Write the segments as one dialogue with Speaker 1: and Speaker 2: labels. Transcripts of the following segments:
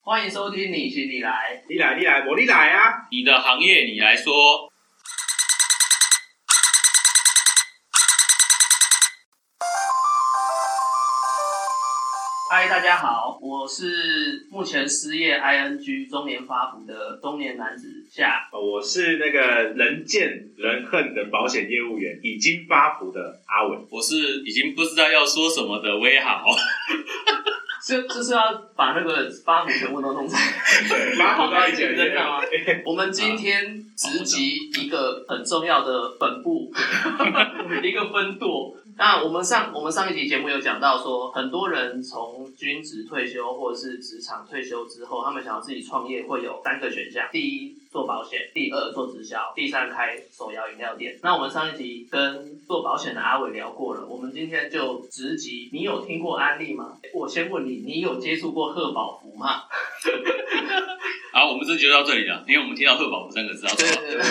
Speaker 1: 欢迎收听你行你来，
Speaker 2: 你来，你来，我你来啊！
Speaker 3: 你的行业你来说，
Speaker 1: 嗨，大家好，我是目前失业 ing 中年发福的中年男子夏。
Speaker 2: 哦我是那个人见人恨的保险业务员，已经发福的阿伟。
Speaker 3: 我是已经不知道要说什么的威豪。
Speaker 1: 这这是要把那个发福全部都弄出来。
Speaker 2: 对，发福到一起
Speaker 1: 真的吗？ 我们今天直击一个很重要的本部，一个分舵。那我们上我们上一集节目有讲到说，很多人从军职退休或者是职场退休之后，他们想要自己创业，会有三个选项：第一，做保险；第二，做直销；第三，开手摇饮料店。那我们上一集跟做保险的阿伟聊过了，我们今天就直击。你有听过安利吗？我先问你，你有接触过贺宝福吗？
Speaker 3: 好，我们这集就到这里了，因为我们听到“贺宝福”三个字，好不
Speaker 1: 对
Speaker 3: 好？
Speaker 1: 对对。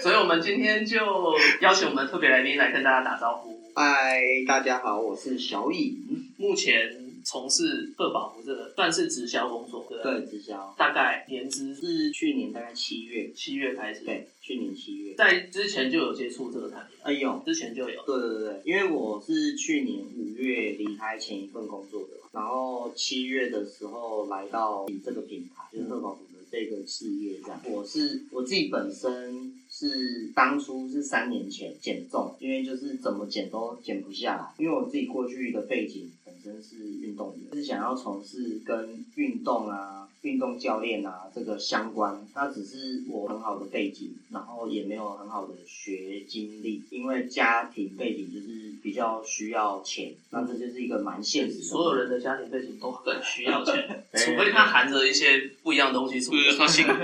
Speaker 1: 所以，我们今天就邀请我们特别来宾来跟大家打招呼。
Speaker 4: 嗨，大家好，我是小乙，
Speaker 1: 目前从事贺宝福这个算是直销工作，对不对？
Speaker 4: 对直销
Speaker 1: 大概年资是
Speaker 4: 是去年大概七月，
Speaker 1: 七月开始，，
Speaker 4: 对，去年七月，
Speaker 1: 在之前就有接触这个产品，
Speaker 4: 哎呦，
Speaker 1: 之前就有。
Speaker 4: 对对对，因为我是去年五月离开前一份工作的，然后七月的时候来到你这个品牌，就是乐宝的这个事业这样。我是我自己本身是当初是三年前减重，因为就是怎么减都减不下来，因为我自己过去的背景本身是运动员，是想要从事跟运动啊。运动教练啊，这个相关，那只是我很好的背景，然后也没有很好的学经历，因为家庭背景就是比较需要钱，那这就是一个蛮现实的。
Speaker 1: 所有人的家庭背景都很需要钱，
Speaker 4: 对
Speaker 1: 除非他含着一些不一样的东西出
Speaker 3: 不是
Speaker 1: 去
Speaker 3: 说。姓姓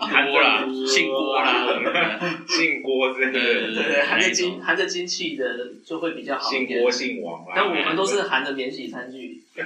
Speaker 3: 郭 啦，姓郭啦，
Speaker 2: 姓郭之类
Speaker 3: 对对
Speaker 2: 的，
Speaker 1: 对对，含着金
Speaker 3: 没
Speaker 1: 含着金器的就会比较好一
Speaker 2: 姓
Speaker 1: 点。
Speaker 2: 郭姓王啦。
Speaker 1: 但我们都是含着免洗餐具，对，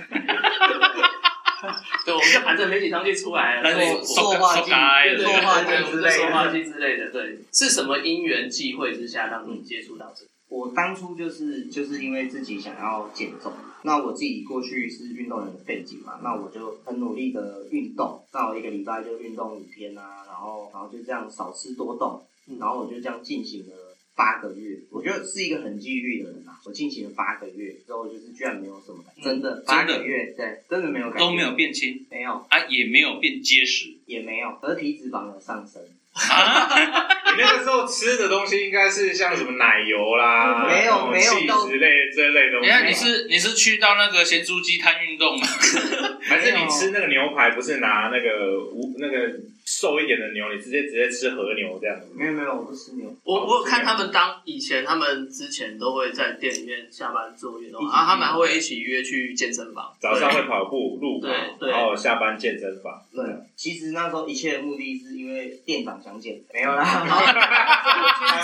Speaker 1: 我们就含着免洗餐具出来了。
Speaker 3: 但是
Speaker 1: 对
Speaker 3: 塑
Speaker 4: 塑化剂
Speaker 3: 塑胶
Speaker 1: 对对对
Speaker 4: 塑化剂
Speaker 1: 对
Speaker 4: 之
Speaker 1: 对
Speaker 4: 类
Speaker 1: 塑
Speaker 4: 的
Speaker 1: 化剂之类的，对，是什么因缘际会之下让你接触到这个？
Speaker 4: 我当初就是就是因为自己想要减重，那我自己过去是运动员的背景嘛，那我就很努力的运动，那我一个礼拜就运动五天啊，然后然后就这样少吃多动，
Speaker 1: 嗯
Speaker 4: 然后我就这样进行了。八个月，我觉得是一个很纪律的人啊。我进行了八个月之后，就是居然没有什么感觉，真的八个月，对，真的没有感
Speaker 3: 有嗯
Speaker 4: 觉，
Speaker 3: 都没有，变轻
Speaker 4: 没有，
Speaker 3: 啊，也没有变结实
Speaker 4: 也没有，而体脂肪有上升，
Speaker 3: 啊。
Speaker 2: 你那个时候吃的东西应该是像什么奶油啦，
Speaker 4: 没有
Speaker 2: 什么
Speaker 4: 没有
Speaker 2: 气
Speaker 4: 到
Speaker 2: 之类这类东
Speaker 3: 等
Speaker 2: 西
Speaker 3: 一
Speaker 2: 嘛。
Speaker 3: 下你是哎你是去到那个咸猪鸡摊运 动吗？
Speaker 2: 还是你吃那个牛排，不是拿那个无那个瘦一点的牛，你直接直接吃和牛这样子？
Speaker 4: 没有没有，我不吃牛，
Speaker 1: 我我有看他们当以前他们之前都会在店里面下班做运动，
Speaker 4: 一起
Speaker 1: 然后他们还会一起约去健身房。
Speaker 2: 早上会跑步、路跑
Speaker 1: 对，对
Speaker 2: 然后下班健身房。
Speaker 4: 对，其实那时候一切的目的是因为店长想减，没有啦。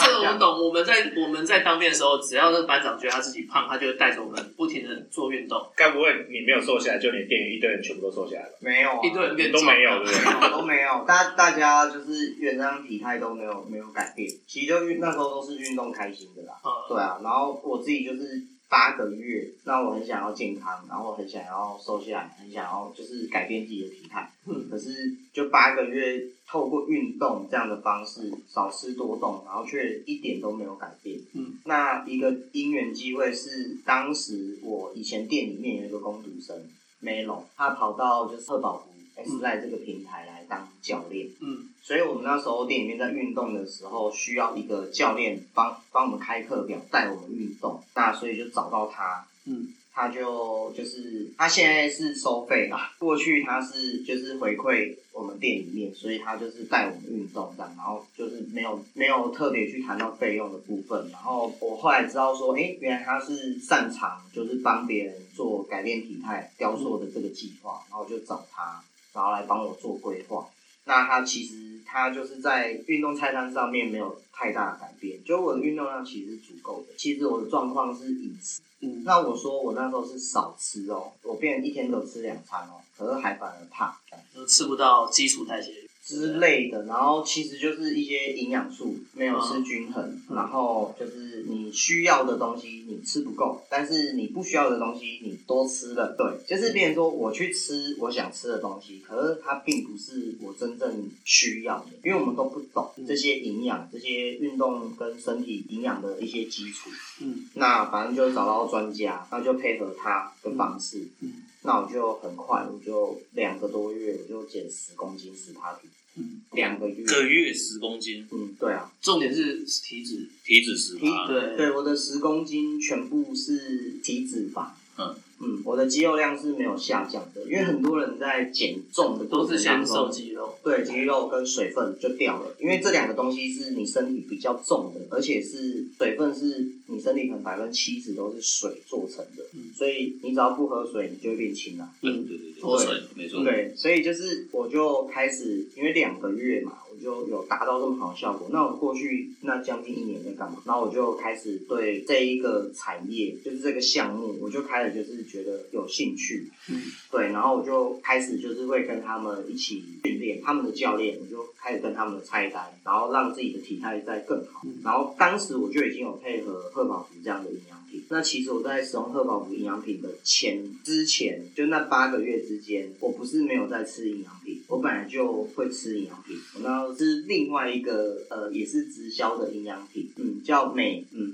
Speaker 1: 这个我们懂，我们在我们在当面的时候，只要那班长觉得他自己胖，他就会带着我们不停的做运动，
Speaker 2: 该不会你没有瘦下来，就连店员一堆人全部都瘦下来了？
Speaker 4: 没有、啊，
Speaker 1: 一堆人变
Speaker 2: 都
Speaker 1: 壮
Speaker 2: 没有，对不对？
Speaker 4: 没有都没有，大大家就是原谅体态都没有没有改变，其实就运那时候都是运动开心的啦。
Speaker 1: 嗯，
Speaker 4: 对啊，然后我自己就是八个月，那我很想要健康，然后我很想要瘦下来，很想要就是改变自己的体态。
Speaker 1: 嗯
Speaker 4: 可是就八个月透过运动这样的方式，少吃多动，然后却一点都没有改变。
Speaker 1: 嗯，
Speaker 4: 那一个因缘机会是当时我以前店里面有一个工读生 Melo，他跑到就是贺宝福 S 赖这个平台来当教练。
Speaker 1: 嗯，
Speaker 4: 所以我们那时候店里面在运动的时候，需要一个教练帮帮我们开课表，带我们运动。那所以就找到他，
Speaker 1: 嗯，
Speaker 4: 他就就是他现在是收费啦，过去他是就是回馈我们店里面，所以他就是带我们运动这样，然后就是没有没有特别去谈到费用的部分。然后我后来知道说，哎、原来他是擅长就是帮别人做改变体态雕塑的这个计划，然后就找他，然后来帮我做规划。那他其实他就是在运动菜单上面没有太大的改变，就我的运动量其实是足够的。其实我的状况是饮食，
Speaker 1: 嗯
Speaker 4: 那我说我那时候是少吃哦，我变成一天都吃两餐哦，可是还反而胖。
Speaker 1: 就吃不到基础代谢。
Speaker 4: 之类的，然后其实就是一些营养素没有吃均衡，
Speaker 1: 嗯
Speaker 4: 然后就是你需要的东西你吃不够，但是你不需要的东西你多吃了，对，就是变成说我去吃我想吃的东西，可是它并不是我真正需要的，因为我们都不懂
Speaker 1: 嗯
Speaker 4: 这些营养、这些运动跟身体营养的一些基础，
Speaker 1: 嗯
Speaker 4: 那反正就找到专家，那就配合他的方式，
Speaker 1: 嗯
Speaker 4: 那我就很快，我就两个多月我就减十公斤十趴体，
Speaker 1: 嗯，
Speaker 4: 两个月，
Speaker 3: 个月十公斤，
Speaker 4: 嗯，对啊，
Speaker 1: 重点是体脂，
Speaker 3: 体脂十八，
Speaker 1: 对
Speaker 4: 对，我的十公斤全部是体脂肪，
Speaker 3: 嗯
Speaker 4: 嗯，我的肌肉量是没有下降的，因为很多人在减重的
Speaker 1: 都
Speaker 4: 过
Speaker 1: 是
Speaker 4: 程
Speaker 1: 先
Speaker 4: 当
Speaker 1: 瘦
Speaker 4: 中，
Speaker 1: 肌肉，
Speaker 4: 对肌肉跟水分就掉了，因为这两个东西是你身体比较重的，而且是水分是你身体可能百分之七十都是水做成的，
Speaker 1: 嗯
Speaker 4: 所以你只要不喝水，你就会变轻啊了。
Speaker 3: 对嗯对对对，
Speaker 1: 脱
Speaker 4: 水
Speaker 3: 对没错，
Speaker 4: 对，所以就是我就开始，因为两个月嘛，我就有达到这么好的效果。那我过去那将近一年在干嘛？然后我就开始对这一个产业，就是这个项目，我就开始就是觉得有兴趣。
Speaker 1: 嗯，
Speaker 4: 对，然后我就开始就是会跟他们一起训练，他们的教练，我就开始跟他们的菜单，然后让自己的体态再更好。
Speaker 1: 嗯
Speaker 4: 然后当时我就已经有配合贺宝福这样的营养品。那其实我在使用贺宝福营养品的前之前，就那八个月之间，我不是没有在吃营养品，我本来就会吃营养品。我那时候是另外一个呃，也是直销的营养品，嗯，叫美，嗯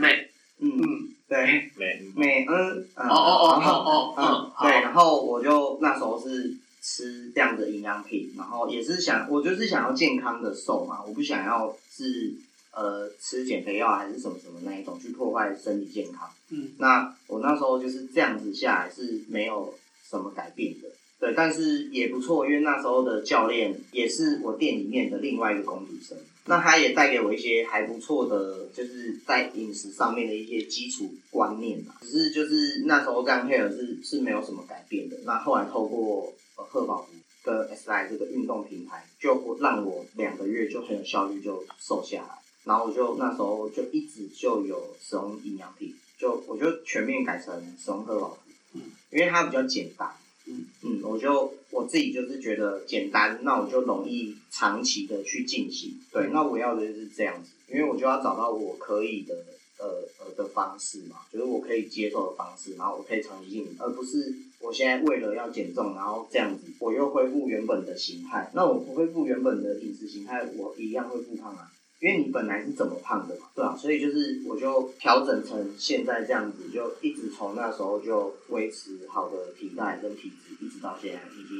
Speaker 1: 美，
Speaker 4: 嗯，
Speaker 1: 嗯，
Speaker 4: 对。
Speaker 2: 没
Speaker 4: 美恩，呃
Speaker 1: 哦哦哦
Speaker 4: 然后
Speaker 1: 哦哦嗯
Speaker 4: 嗯，
Speaker 1: 好
Speaker 4: 对，然后我就那时候是吃这样的营养品，然后也是想，我就是想要健康的瘦嘛，我不想要是呃吃减肥药还是什么什么那一种去破坏身体健康。
Speaker 1: 嗯，
Speaker 4: 那我那时候就是这样子下来是没有什么改变的。对，但是也不错，因为那时候的教练也是我店里面的另外一个工读生，那他也带给我一些还不错的，就是在饮食上面的一些基础观念啊。只是就是那时候这样配合是是没有什么改变的。那后来透过呃贺宝福跟 S I 这个运动平台，就让我两个月就很有效率就瘦下来，然后我就那时候就一直就有使用营养品，就我就全面改成使用贺宝福，
Speaker 1: 嗯
Speaker 4: 因为它比较简单。
Speaker 1: 嗯
Speaker 4: 嗯，我就我自己就是觉得简单，那我就容易长期的去进行。
Speaker 1: 嗯
Speaker 4: 对，那我要的就是这样子，因为我就要找到我可以的呃呃的方式嘛，就是我可以接受的方式，然后我可以长期进行，而不是我现在为了要减重，然后这样子我又恢复原本的形态。那我不恢复原本的饮食形态，我一样会复胖啊。因为你本来是怎么胖的嘛，对啊，所以就是我就调整成现在这样子，就一直从那时候就维持好的体态跟体质，一直到现在已经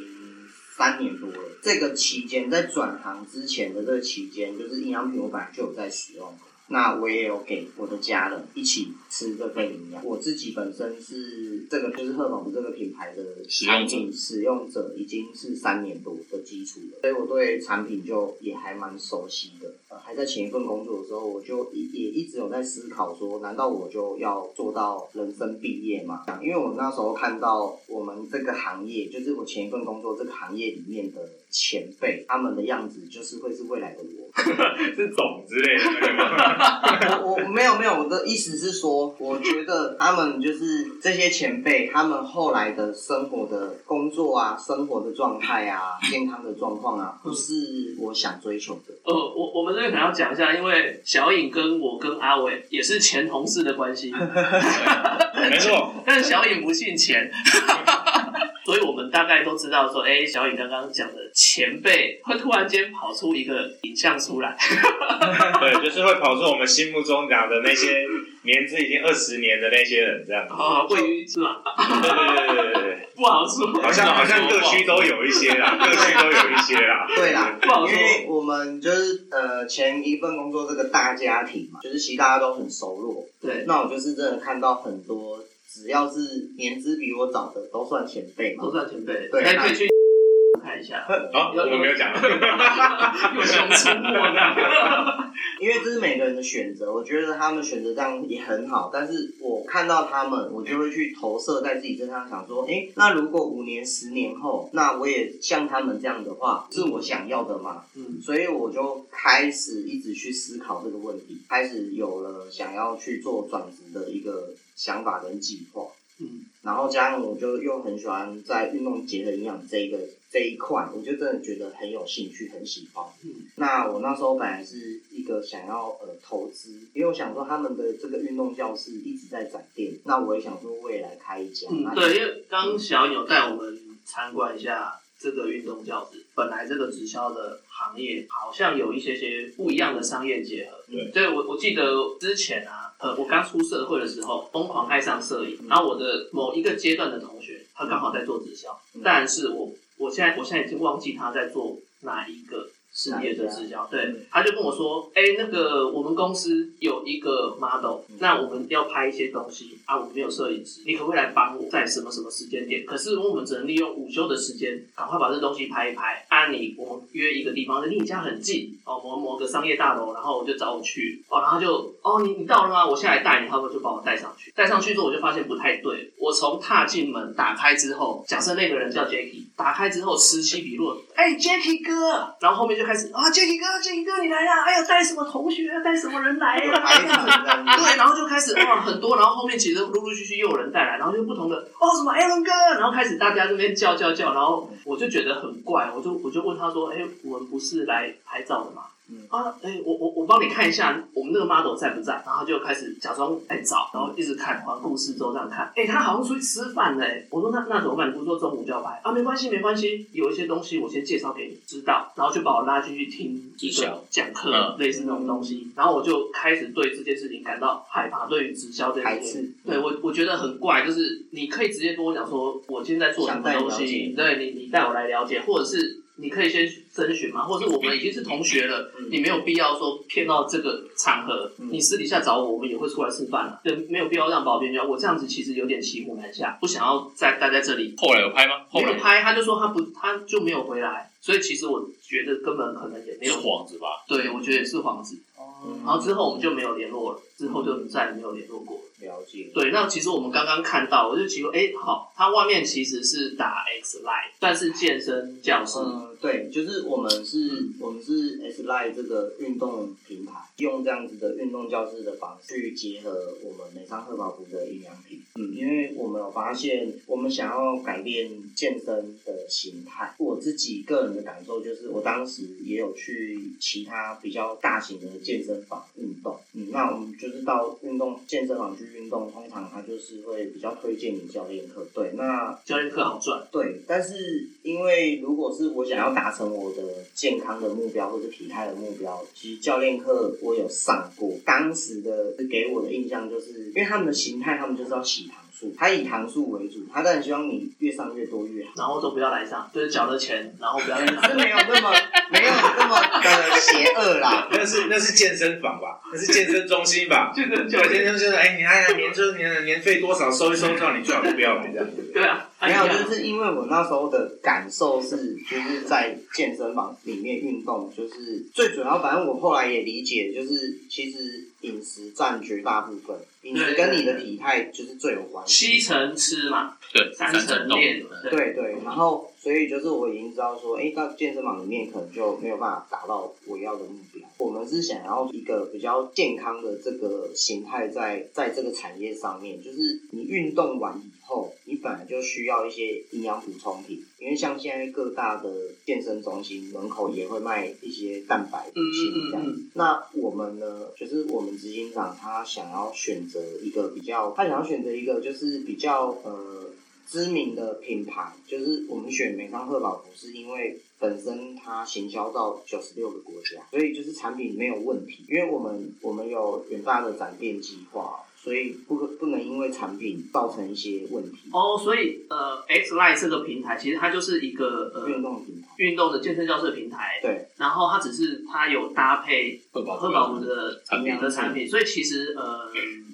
Speaker 4: 三年多了。这个期间在转行之前的这个期间，就是营养品我本来就有在使用，那我也有给我的家人一起吃这份营养。我自己本身是这个就是贺宝福这个品牌的
Speaker 3: 使用者
Speaker 4: 产品使用者已经是三年多的基础了，所以我对产品就也还蛮熟悉的。呃，还在前一份工作的时候，我就也也一直有在思考说，难道我就要做到人生毕业吗？因为我那时候看到我们这个行业，就是我前一份工作这个行业里面的前辈，他们的样子就是会是未来的我。
Speaker 2: 是种之类的那个吗。
Speaker 4: 我我没有没有，我的意思是说，我觉得他们就是这些前辈，他们后来的生活的工作啊、生活的状态啊、健康的状况啊，不是我想追求的。
Speaker 1: 呃，我我们这边可能要讲一下，因为小颖跟我跟阿伟也是前同事的关 系，
Speaker 2: 没错，
Speaker 1: 但是小颖不姓钱， 所以我们大概都知道说，哎、小颖刚刚讲的前辈会突然间跑出一个影像出来，
Speaker 2: 对，就是会跑出我们心目中讲的那些年资已经二十年的那些人这样。
Speaker 1: 啊、 位于是吧？
Speaker 2: 对对对对对对，
Speaker 1: 不好说，
Speaker 2: 好像好像各区都有一些啦，各区都有一些啦。
Speaker 4: 对啦，
Speaker 1: 不好
Speaker 4: 因
Speaker 1: 说。
Speaker 4: 为我们就是呃前一份工作这个大家庭嘛，就是其实大家都很熟络。
Speaker 1: 对，
Speaker 4: 那我就是真的看到很多，只要是年资比我早的，都算前辈嘛
Speaker 1: 都。算前辈，
Speaker 4: 对
Speaker 1: 那可以去 看一下，
Speaker 2: 啊，我们没有讲。
Speaker 1: 有熊出没 呢。
Speaker 4: 因为这是每个人的选择，我觉得他们选择这样也很好。但是我看到他们，我就会去投射在自己身上，想说，诶，那如果五年、十年后，那我也像他们这样的话，是我想要的吗？
Speaker 1: 嗯
Speaker 4: 所以我就开始一直去思考这个问题，开始有了想要去做转职的一个想法跟计划。
Speaker 1: 嗯，
Speaker 4: 然后加上我就又很喜欢在运动结合营养这一个这一块，我就真的觉得很有兴趣，很喜欢。
Speaker 1: 嗯，
Speaker 4: 那我那时候本来是一个想要呃投资，因为我想说他们的这个运动教室一直在展店，那我也想说未来开一家。那
Speaker 1: 嗯，对，因为刚小颖有带我们参观一下这个运动教室，本来这个直销的行业好像有一些些不一样的商业结合。
Speaker 2: 对，
Speaker 1: 对我我记得之前啊，呃，我刚出社会的时候，疯狂爱上摄影，然后我的某一个阶段的同学，他刚好在做直销，
Speaker 4: 嗯
Speaker 1: 但是我我现在我现在已经忘记他在做哪一个。事业的直销，对
Speaker 4: 嗯，
Speaker 1: 他就跟我说，哎、那个我们公司有一个 model，
Speaker 4: 嗯
Speaker 1: 那我们要拍一些东西啊，我们没有摄影师，你可不可以来帮我，在什么什么时间点？可是我们只能利用午休的时间，赶快把这东西拍一拍。啊你，我们约一个地方，离你家很近哦，某某个商业大楼，然后我就找我去哦，然后就哦，你你到了吗？我下来带你，他们就把我带上去。带上去之后，我就发现不太对。我从踏进门打开之后，假设那个人叫 Jacky，打开之后此起彼落，哎、j a c k y 哥，然后后面就开始啊，Jacky 哥，Jacky 哥你来啦，哎呀，带什么同学，带什么人 来
Speaker 4: 有
Speaker 1: 呀、
Speaker 4: 孩子在那
Speaker 1: 对，然后就开始哇很多，然后后面其实陆陆续续又有人带来，然后就不同的哦什么 Aaron 哥，然后开始大家这边叫叫叫，然后我就觉得很怪，我就我就问他说，哎，我们不是来拍照的吗？
Speaker 4: 嗯
Speaker 1: 啊，哎，我我我帮你看一下我们那个 model 在不在，然后他就开始假装在找，然后一直看环顾四周这样看，哎，他好像出去吃饭嘞。我说那那怎么办？你不是说中午就要拍啊？没关系没关系，有一些东西我先介绍给你知道，然后就把我拉进去听一
Speaker 3: 直销
Speaker 1: 个讲课，
Speaker 3: 嗯
Speaker 1: 类似那种东西，然后我就开始对这件事情感到害怕，对于直销这
Speaker 4: 排
Speaker 1: 件事。
Speaker 4: 斥。
Speaker 1: 对我，我觉得很怪，就是你可以直接跟我讲说，我现在做什么东西，
Speaker 4: 想
Speaker 1: 对你，你带我来了解，或者是你可以先甄选嘛，或者是我们已经是同学了，
Speaker 4: 嗯
Speaker 1: 你没有必要说骗到这个场合，
Speaker 4: 嗯
Speaker 1: 你私底下找我，我们也会出来吃饭啊了，对，没有必要让保镖觉得我这样子其实有点骑虎难下，不想要再待在这里。
Speaker 3: 后来有拍吗？后
Speaker 1: 没有
Speaker 3: 来
Speaker 1: 拍，他就说他不，他就没有回来，所以其实我觉得根本可能也没
Speaker 3: 是
Speaker 1: 有，
Speaker 3: 幌子吧？
Speaker 1: 对我觉得也是幌子。
Speaker 4: 嗯
Speaker 1: 然后之后我们就没有联络了，之后就再也没有联络过了。
Speaker 4: 了解。
Speaker 1: 对，那其实我们刚刚看到，我就奇怪，哎，好，它外面其实是打 X Line，但是健身教室，
Speaker 4: 嗯，对，就是我们是，我们是 S Line 这个运动平台，用这样子的运动教室的方式去结合我们美商贺宝福的营养品。嗯，因为我们有发现，我们想要改变健身的形态。我自己个人的感受就是，我当时也有去其他比较大型的健身房运动。嗯，那我们就是到运动健身房去运动，通常它就是会比较推荐你教练课。对，那
Speaker 1: 教练课好赚，
Speaker 4: 对，但是因为如果是我想要达成我的健康的目标或者体态的目标，其实教练课我有上过。当时的给我的印象就是，因为他们的形态，他们就是要洗糖素，他以糖素为主，他当然希望你越上越多越好。
Speaker 1: 然后都不要来上，就是缴了钱，然后不要来
Speaker 4: 是
Speaker 1: 上。
Speaker 4: 没有那么没有那么的邪恶啦，
Speaker 2: 那是那是健身房吧？那是健身中心吧？
Speaker 1: 这个
Speaker 2: 就有些就是哎，你哎呀，年就是年年费多少收一收，叫你最好不要来这样。
Speaker 1: 对啊，
Speaker 4: 没有，
Speaker 1: 哎呀
Speaker 4: 就是因为我那时候的感受是，就是在健身房里面运动，就是最主要，反正我后来也理解，就是其实饮食占绝大部分，饮食跟你的体态就是最有关系。
Speaker 1: 七成吃嘛，
Speaker 3: 对，
Speaker 1: 三
Speaker 3: 层
Speaker 1: 成
Speaker 3: 洞。
Speaker 1: 练，对，
Speaker 4: 对对，然后所以就是我已经知道说，哎，到健身房里面可能就没有办法达到我要的目标。我们是想要一个比较健康的这个形态在在这个产业上面，就是你运动完以后，你本来就需要一些营养补充品，因为像现在各大的健身中心门口也会卖一些蛋白
Speaker 1: 嗯
Speaker 4: 品
Speaker 1: 嗯
Speaker 4: 这样
Speaker 1: 嗯
Speaker 4: 子。
Speaker 1: 嗯，
Speaker 4: 那我们呢，就是我们执行长他想要选择一个比较，他想要选择一个就是比较呃知名的品牌，就是我们选美康赫宝不是因为本身它行销到九十六个国家，所以就是产品没有问题，因为我们我们有远大的展店计划，所以不可不能因为产品造成一些问题。
Speaker 1: 哦，所以呃，X Line 这个平台其实它就是一个
Speaker 4: 运
Speaker 1: 呃
Speaker 4: 动品牌，
Speaker 1: 运动的健身教室的平台，
Speaker 4: 对，
Speaker 1: 然后它只是它有搭配
Speaker 3: 贺宝
Speaker 1: 喝宝的
Speaker 3: 产
Speaker 4: 品
Speaker 1: 的产品，所以其实呃。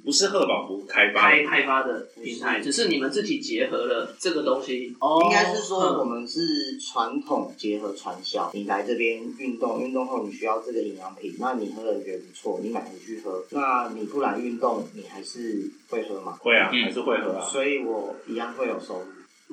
Speaker 2: 不是贺宝福开发
Speaker 1: 开
Speaker 2: 的，
Speaker 1: 开发的平台，只是你们自己结合了这个东西。哦
Speaker 4: 应该是说我
Speaker 1: 嗯
Speaker 4: 们是传统结合传销，你来这边运动，运动后你需要这个营养品，那你喝了觉得不错，你买回去喝，那你不来运动，你还是会喝嘛？
Speaker 2: 会啊，
Speaker 3: 嗯
Speaker 2: 还是会喝啊。
Speaker 4: 所以我一样会有收入。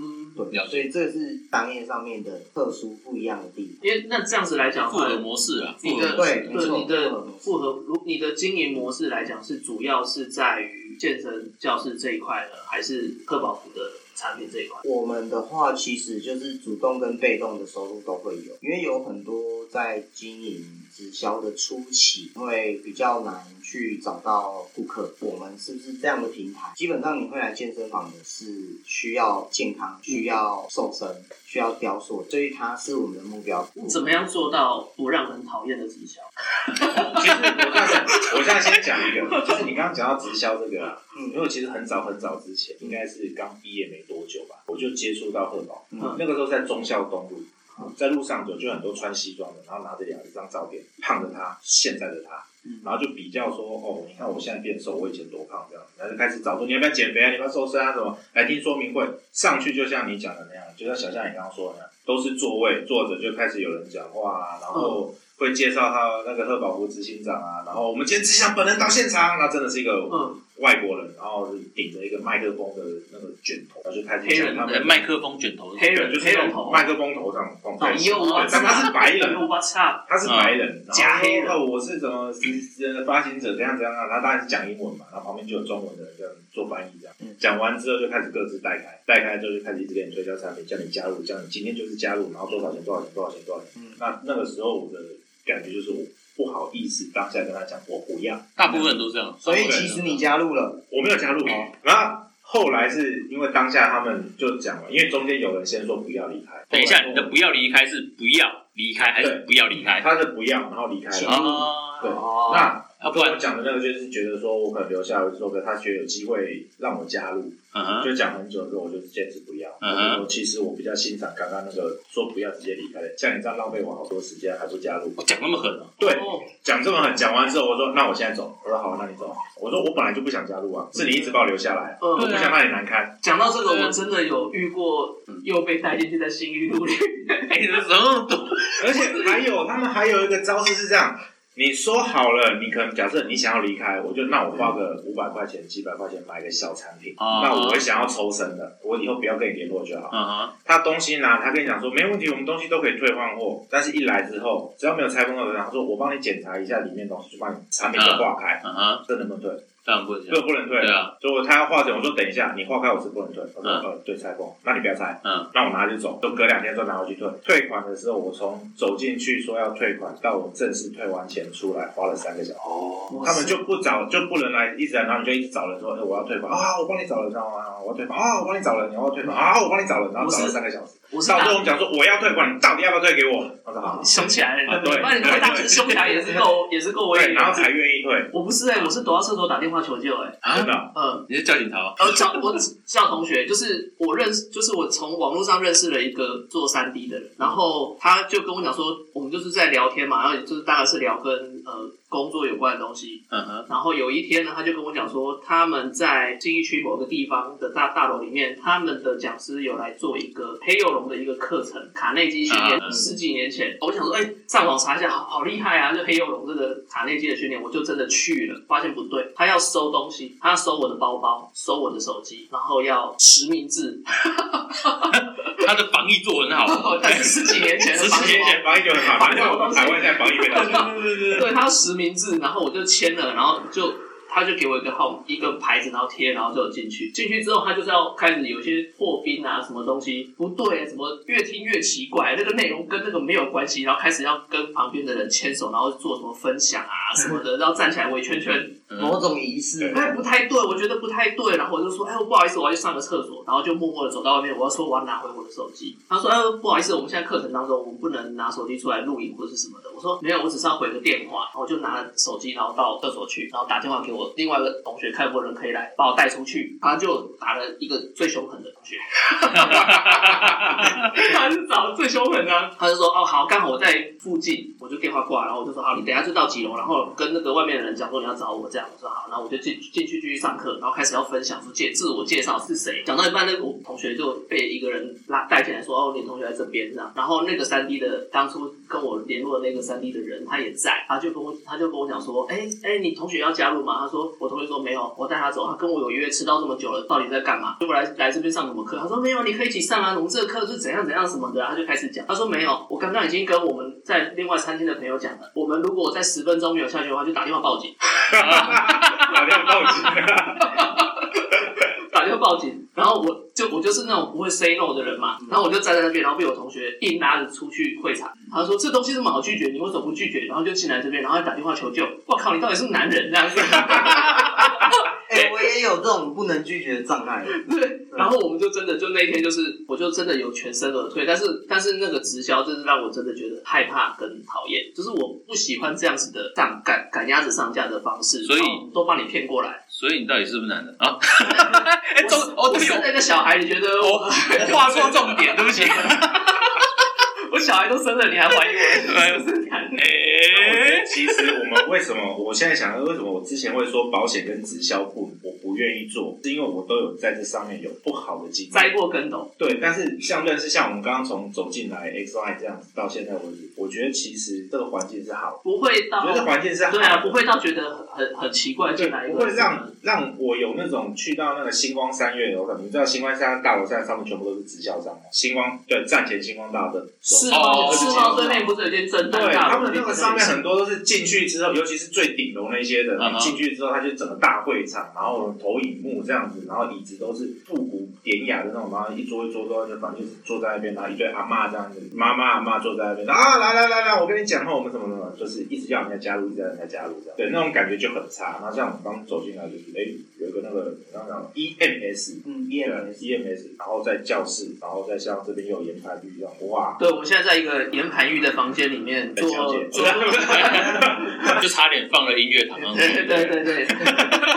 Speaker 1: 嗯，
Speaker 3: 了
Speaker 4: 对，
Speaker 3: 解
Speaker 4: 所以这是商业上面的特殊不一样的地方。
Speaker 1: 因为那这样子来讲的
Speaker 3: 复
Speaker 1: 话，
Speaker 3: 合模式啊，复
Speaker 1: 你的
Speaker 3: 合
Speaker 4: 模
Speaker 3: 模
Speaker 4: 式
Speaker 3: 式
Speaker 4: 对没错
Speaker 1: 你的
Speaker 4: 复合模式
Speaker 1: 复合，如你的经营模式来讲，是主要是在于健身教室这一块呢，还是科宝服的产品这一块？
Speaker 4: 我们的话，其实就是主动跟被动的收入都会有，因为有很多在经营直销的初期，会比较难去找到顾客。我们是不是这样的平台？基本上你会来健身房的是需要健康、需要瘦身、需要雕塑，所以它是我们的目标。
Speaker 1: 怎么样做到不让人讨厌的直销？
Speaker 2: 其实我刚才，我现在先讲一个，就是你刚刚讲到直销这个啊，因
Speaker 4: 嗯
Speaker 2: 为我其实很早很早之前，应该是刚毕业没多久吧，我就接触到贺宝，
Speaker 4: 嗯
Speaker 2: 那个时候在忠孝东路。在路上走，就很多穿西装的，然后拿着两张照片，胖的他，现在的他，然后就比较说，哦，你看我现在变瘦，我以前多胖这样，然后就开始找说你要不要减肥啊，你要不要瘦身啊，什么来听说明会，上去就像你讲的那样，就像小夏你刚刚说的那样，都是座位坐着就开始有人讲话啊，然后会介绍他那个贺宝福执行长啊，然后我们今天只想本人到现场，那真的是一个
Speaker 1: 嗯，
Speaker 2: 外国人，然后是顶着一个麦克风的那个卷头，然后就开始
Speaker 1: 黑
Speaker 2: 讲
Speaker 1: 人
Speaker 2: 他
Speaker 3: 呃
Speaker 2: 们
Speaker 3: 麦克风卷头，
Speaker 1: 黑人
Speaker 2: 对，就是
Speaker 1: 黑
Speaker 2: 那
Speaker 1: 人
Speaker 2: 种
Speaker 1: 头，
Speaker 2: 麦克风头上放
Speaker 1: 哎
Speaker 2: 在
Speaker 1: 呦我
Speaker 2: 对但 他是白人，
Speaker 1: 我操，
Speaker 2: 他是白人，
Speaker 1: 啊假黑人
Speaker 2: 然后我是怎么呃发行者怎样怎样啊，然后当然是讲英文嘛，然后旁边就有中文的人这样做翻译这样
Speaker 4: 嗯，
Speaker 2: 讲完之后就开始各自带开，带开之后就开始一直给你推销产品，叫你加入，叫你今天就是加入，然后多少钱多少钱多少钱多少钱，
Speaker 4: 嗯
Speaker 2: 那那个时候我的感觉就是我不好意思当下跟他讲我不要，
Speaker 3: 大部分都这样。
Speaker 4: 所以其实你加入了，
Speaker 2: 我没有加入
Speaker 4: 哦，
Speaker 2: 然后。后来是因为当下他们就讲了，因为中间有人先说不要离开，
Speaker 3: 等一下，
Speaker 2: 后来
Speaker 3: 你的不要离开是不要离开还是不要离开？
Speaker 2: 他是不要，然后离开了。
Speaker 3: 啊，
Speaker 2: 对
Speaker 4: 哦
Speaker 2: 那
Speaker 3: 啊，不
Speaker 2: 跟我
Speaker 3: 然，
Speaker 2: 讲的那个就是觉得说，我可能留下来，我就说跟他觉得有机会让我加入，
Speaker 3: 嗯哼，
Speaker 2: 就讲很久之后，我就坚持不要。
Speaker 3: 嗯哼
Speaker 2: 我其实我比较欣赏刚刚那个说不要直接离开的，像你这样浪费我好多时间还不加入。
Speaker 3: 我讲那么狠啊，
Speaker 2: 对，
Speaker 1: 哦
Speaker 2: 讲这么狠，讲完之后我说那我现在走，我说好，那你走。我说我本来就不想加入啊，是你一直把我留下来，
Speaker 1: 嗯
Speaker 2: 我不想让你难堪。
Speaker 1: 讲到这
Speaker 3: 对
Speaker 1: 个，
Speaker 3: 啊
Speaker 1: 我真的有遇过嗯又被带进去在新域路里，
Speaker 3: 哎，什么都
Speaker 2: 而且还有他们还有一个招式是这样。你说好了，你可能假设你想要离开，我就那我花个五百块钱、几百块钱买个小产品，
Speaker 3: 啊
Speaker 2: 那我会想要抽身的，我以后不要跟你联络就好。
Speaker 3: 嗯哼，
Speaker 2: 他东西拿，他跟你讲说没问题，我们东西都可以退换货，但是一来之后，只要没有拆封的人，他说我帮你检查一下里面东西，就帮你产品都化开，
Speaker 3: 嗯哼，
Speaker 2: 这能不能退？
Speaker 3: 当然不能这
Speaker 2: 这
Speaker 3: 样。
Speaker 2: 不能退
Speaker 3: 对。啊，
Speaker 2: 所以我他要化整，我说等一下，你化开我是不能退。我说
Speaker 3: 嗯
Speaker 2: 呃对，拆封，那你不要拆，
Speaker 3: 嗯，
Speaker 2: 那我拿就走，就隔两天再拿回去退。退款的时候，我从走进去说要退款到我正式退完钱出来，花了三个小时。
Speaker 3: 哦，
Speaker 2: 他们就不找，就不能来一直来，然后你就一直找人说，哎、我要退款啊，我帮你找人啊，我要退款啊，我帮你找人，你要退款啊，我帮你找人，然后找了三个小时。
Speaker 1: 我是
Speaker 2: 到
Speaker 1: 打
Speaker 2: 最后我们讲说我要退款，你到底要不要退给我？他说好，
Speaker 1: 凶起来
Speaker 2: 啊
Speaker 1: 了，
Speaker 2: 对
Speaker 1: 不然你
Speaker 2: 对
Speaker 1: 当时凶起来也是够也是够威
Speaker 2: 对，
Speaker 1: 严的
Speaker 2: 然后才愿意退，
Speaker 1: 我不是哎，我是躲到厕所打电话求救哎，
Speaker 2: 真
Speaker 3: 啊，
Speaker 2: 的。
Speaker 1: 嗯。
Speaker 3: 你是叫警察吗？
Speaker 1: 呃，叫我叫同学，就是我认识，就是我从网络上认识了一个做三 D 的人，然后他就跟我讲说，我们就是在聊天嘛，然后也就是大概是聊跟呃工作有关的东西。
Speaker 3: 嗯哼，
Speaker 1: 然后有一天呢，他就跟我讲说，他们在新一区某个地方的大大楼里面，他们的讲师有来做一个黑幼龙的一个课程，卡内基训
Speaker 2: 啊
Speaker 1: 练，
Speaker 3: 嗯
Speaker 1: 十几年前。我想说，哎，上网查一下，好好厉害啊！这黑幼龙这个卡内基的训练，我就真的去了，发现不对，他要收东西，他要收我的包包，收我的手机，然后要实名制，
Speaker 3: 他的防疫做得很好，
Speaker 1: 哦但是十几年前的
Speaker 2: 十
Speaker 1: 防疫
Speaker 2: 几年前防疫就很好，反正我们台湾现在防疫被大家。
Speaker 3: 对对对，
Speaker 1: 对，他要实名制，然后我就签了，然后就他就给我一个号一个牌子，然后贴，然后就有进去。进去之后，他就是要开始有一些破冰啊，什么东西不对，啊什么越听越奇怪，那个内容跟那个没有关系，然后开始要跟旁边的人牵手，然后做什么分享啊什么的，然后站起来围圈圈，
Speaker 4: 某种仪式
Speaker 2: 对，
Speaker 1: 哎，不太对，我觉得不太对，然后我就说，哎，我不好意思，我要去上个厕所，然后就默默的走到外面，我要说我要拿回我的手机。他说，哎，不好意思，我们现在课程当中，我们不能拿手机出来录影或者是什么的。我说没有，我只是要回个电话，然后我就拿了手机，然后到厕所去，然后打电话给我另外一个同学，看有没有人可以来把我带出去。他就打了一个最凶狠的同学， 他是找最凶狠的啊、他就说哦好，刚好我在附近，我就电话挂了，然后我就说好，你等一下就到几楼，然后跟那个外面的人讲说你要找我这样，我说好，然后我就进进去继续上课，然后开始要分享说介自我介绍是谁，讲到一半那个我同学就被一个人拉带进来说哦你同学在这边这样，然后那个三 D 的当初跟我联络的那个三 D 的人他也在，他就跟我他就跟我讲说哎哎你同学要加入吗？他说，我同学说没有，我带他走，他跟我有约，迟到这么久了，到底在干嘛？就我来来这边上什么课？他说没有，你可以一起上啊，我们这个课是怎样怎样什么的啊、他就开始讲，他说没有，我刚刚已经跟我们在另外餐厅的朋友讲了，我们如果在十分钟没有下去的话，就打电话报警。
Speaker 2: 打电话报警啊！
Speaker 1: 打电话报警，然后我就我就是那种不会 say no 的人嘛，然后我就站在那边，然后被我同学硬拉着出去会场，他说这东西这么好拒绝，你为什么不拒绝？然后就进来这边，然后还打电话求救，我靠，你到底是不是男人这样子？
Speaker 4: 哎、我也有这种不能拒绝的障碍。
Speaker 1: 对，然后我们就真的就那一天就是，我就真的有全身而退，但是但是那个直销真是让我真的觉得害怕跟讨厌，就是我不喜欢这样子的上赶赶鸭子上架的方式，
Speaker 3: 所以
Speaker 1: 然后都把你骗过来。
Speaker 3: 所以你到底是不是男的啊？哎，重哦，
Speaker 1: 我
Speaker 3: 对
Speaker 1: 生
Speaker 3: 哦，
Speaker 1: 了一个小孩，你觉得我
Speaker 3: 画错重点，对不起。
Speaker 1: 我小孩都生了，你还怀疑 我是不是男的？
Speaker 2: 我觉
Speaker 3: 哎
Speaker 2: 得， 其实我们为什么我现在想，为什么我之前会说保险跟直销不我不愿意做，是因为我都有在这上面有不好的经验。
Speaker 1: 栽过跟斗，
Speaker 2: 对，但是像认识像我们刚刚从走进来 X Y 这样子到现在为止，我觉得其实这个环境是好
Speaker 1: 不会
Speaker 2: 的，
Speaker 1: 到
Speaker 2: 我觉得环境是好的，
Speaker 1: 对啊，不会到觉得很很很奇怪
Speaker 2: 对，
Speaker 1: 进来一个
Speaker 2: 不会让让我有那种去到那个星光三月楼上，你知道星光三月大楼现在上面全部都是直销商吗？星光对站前星光大楼的楼
Speaker 1: 世
Speaker 3: 哦
Speaker 1: 贸世贸对面不是有一间真
Speaker 2: 对
Speaker 1: 蛋大
Speaker 2: 他
Speaker 1: 楼
Speaker 2: 们那个上面很多都是进去之后，尤其是最顶楼那些的，
Speaker 3: 嗯哼
Speaker 2: 你进去之后，它就整个大会场，然后投影幕这样子，然后椅子都是复古典雅的那种，然后一桌一桌桌，就反正就是坐在那边，然后一堆阿嬷这样子，妈妈阿嬷坐在那边，啊来来来来，我跟你讲哈，我们什么什么，就是一直要人家加入，一直要人家加入这样，对，那种感觉就很差。然后像我们刚走进来就是，哎，有一个那个那个 EMS。
Speaker 4: 嗯，
Speaker 2: ，E 对啊
Speaker 4: 也没事。
Speaker 2: EMS，然后在教室，然后再像这边又有研排率这样，哇，
Speaker 1: 对，我们现在在一个岩盘浴的房间里面
Speaker 2: 在
Speaker 1: 做
Speaker 2: 小姐
Speaker 1: 做，
Speaker 3: 就差点放了音乐堂上去。
Speaker 1: 对对对对，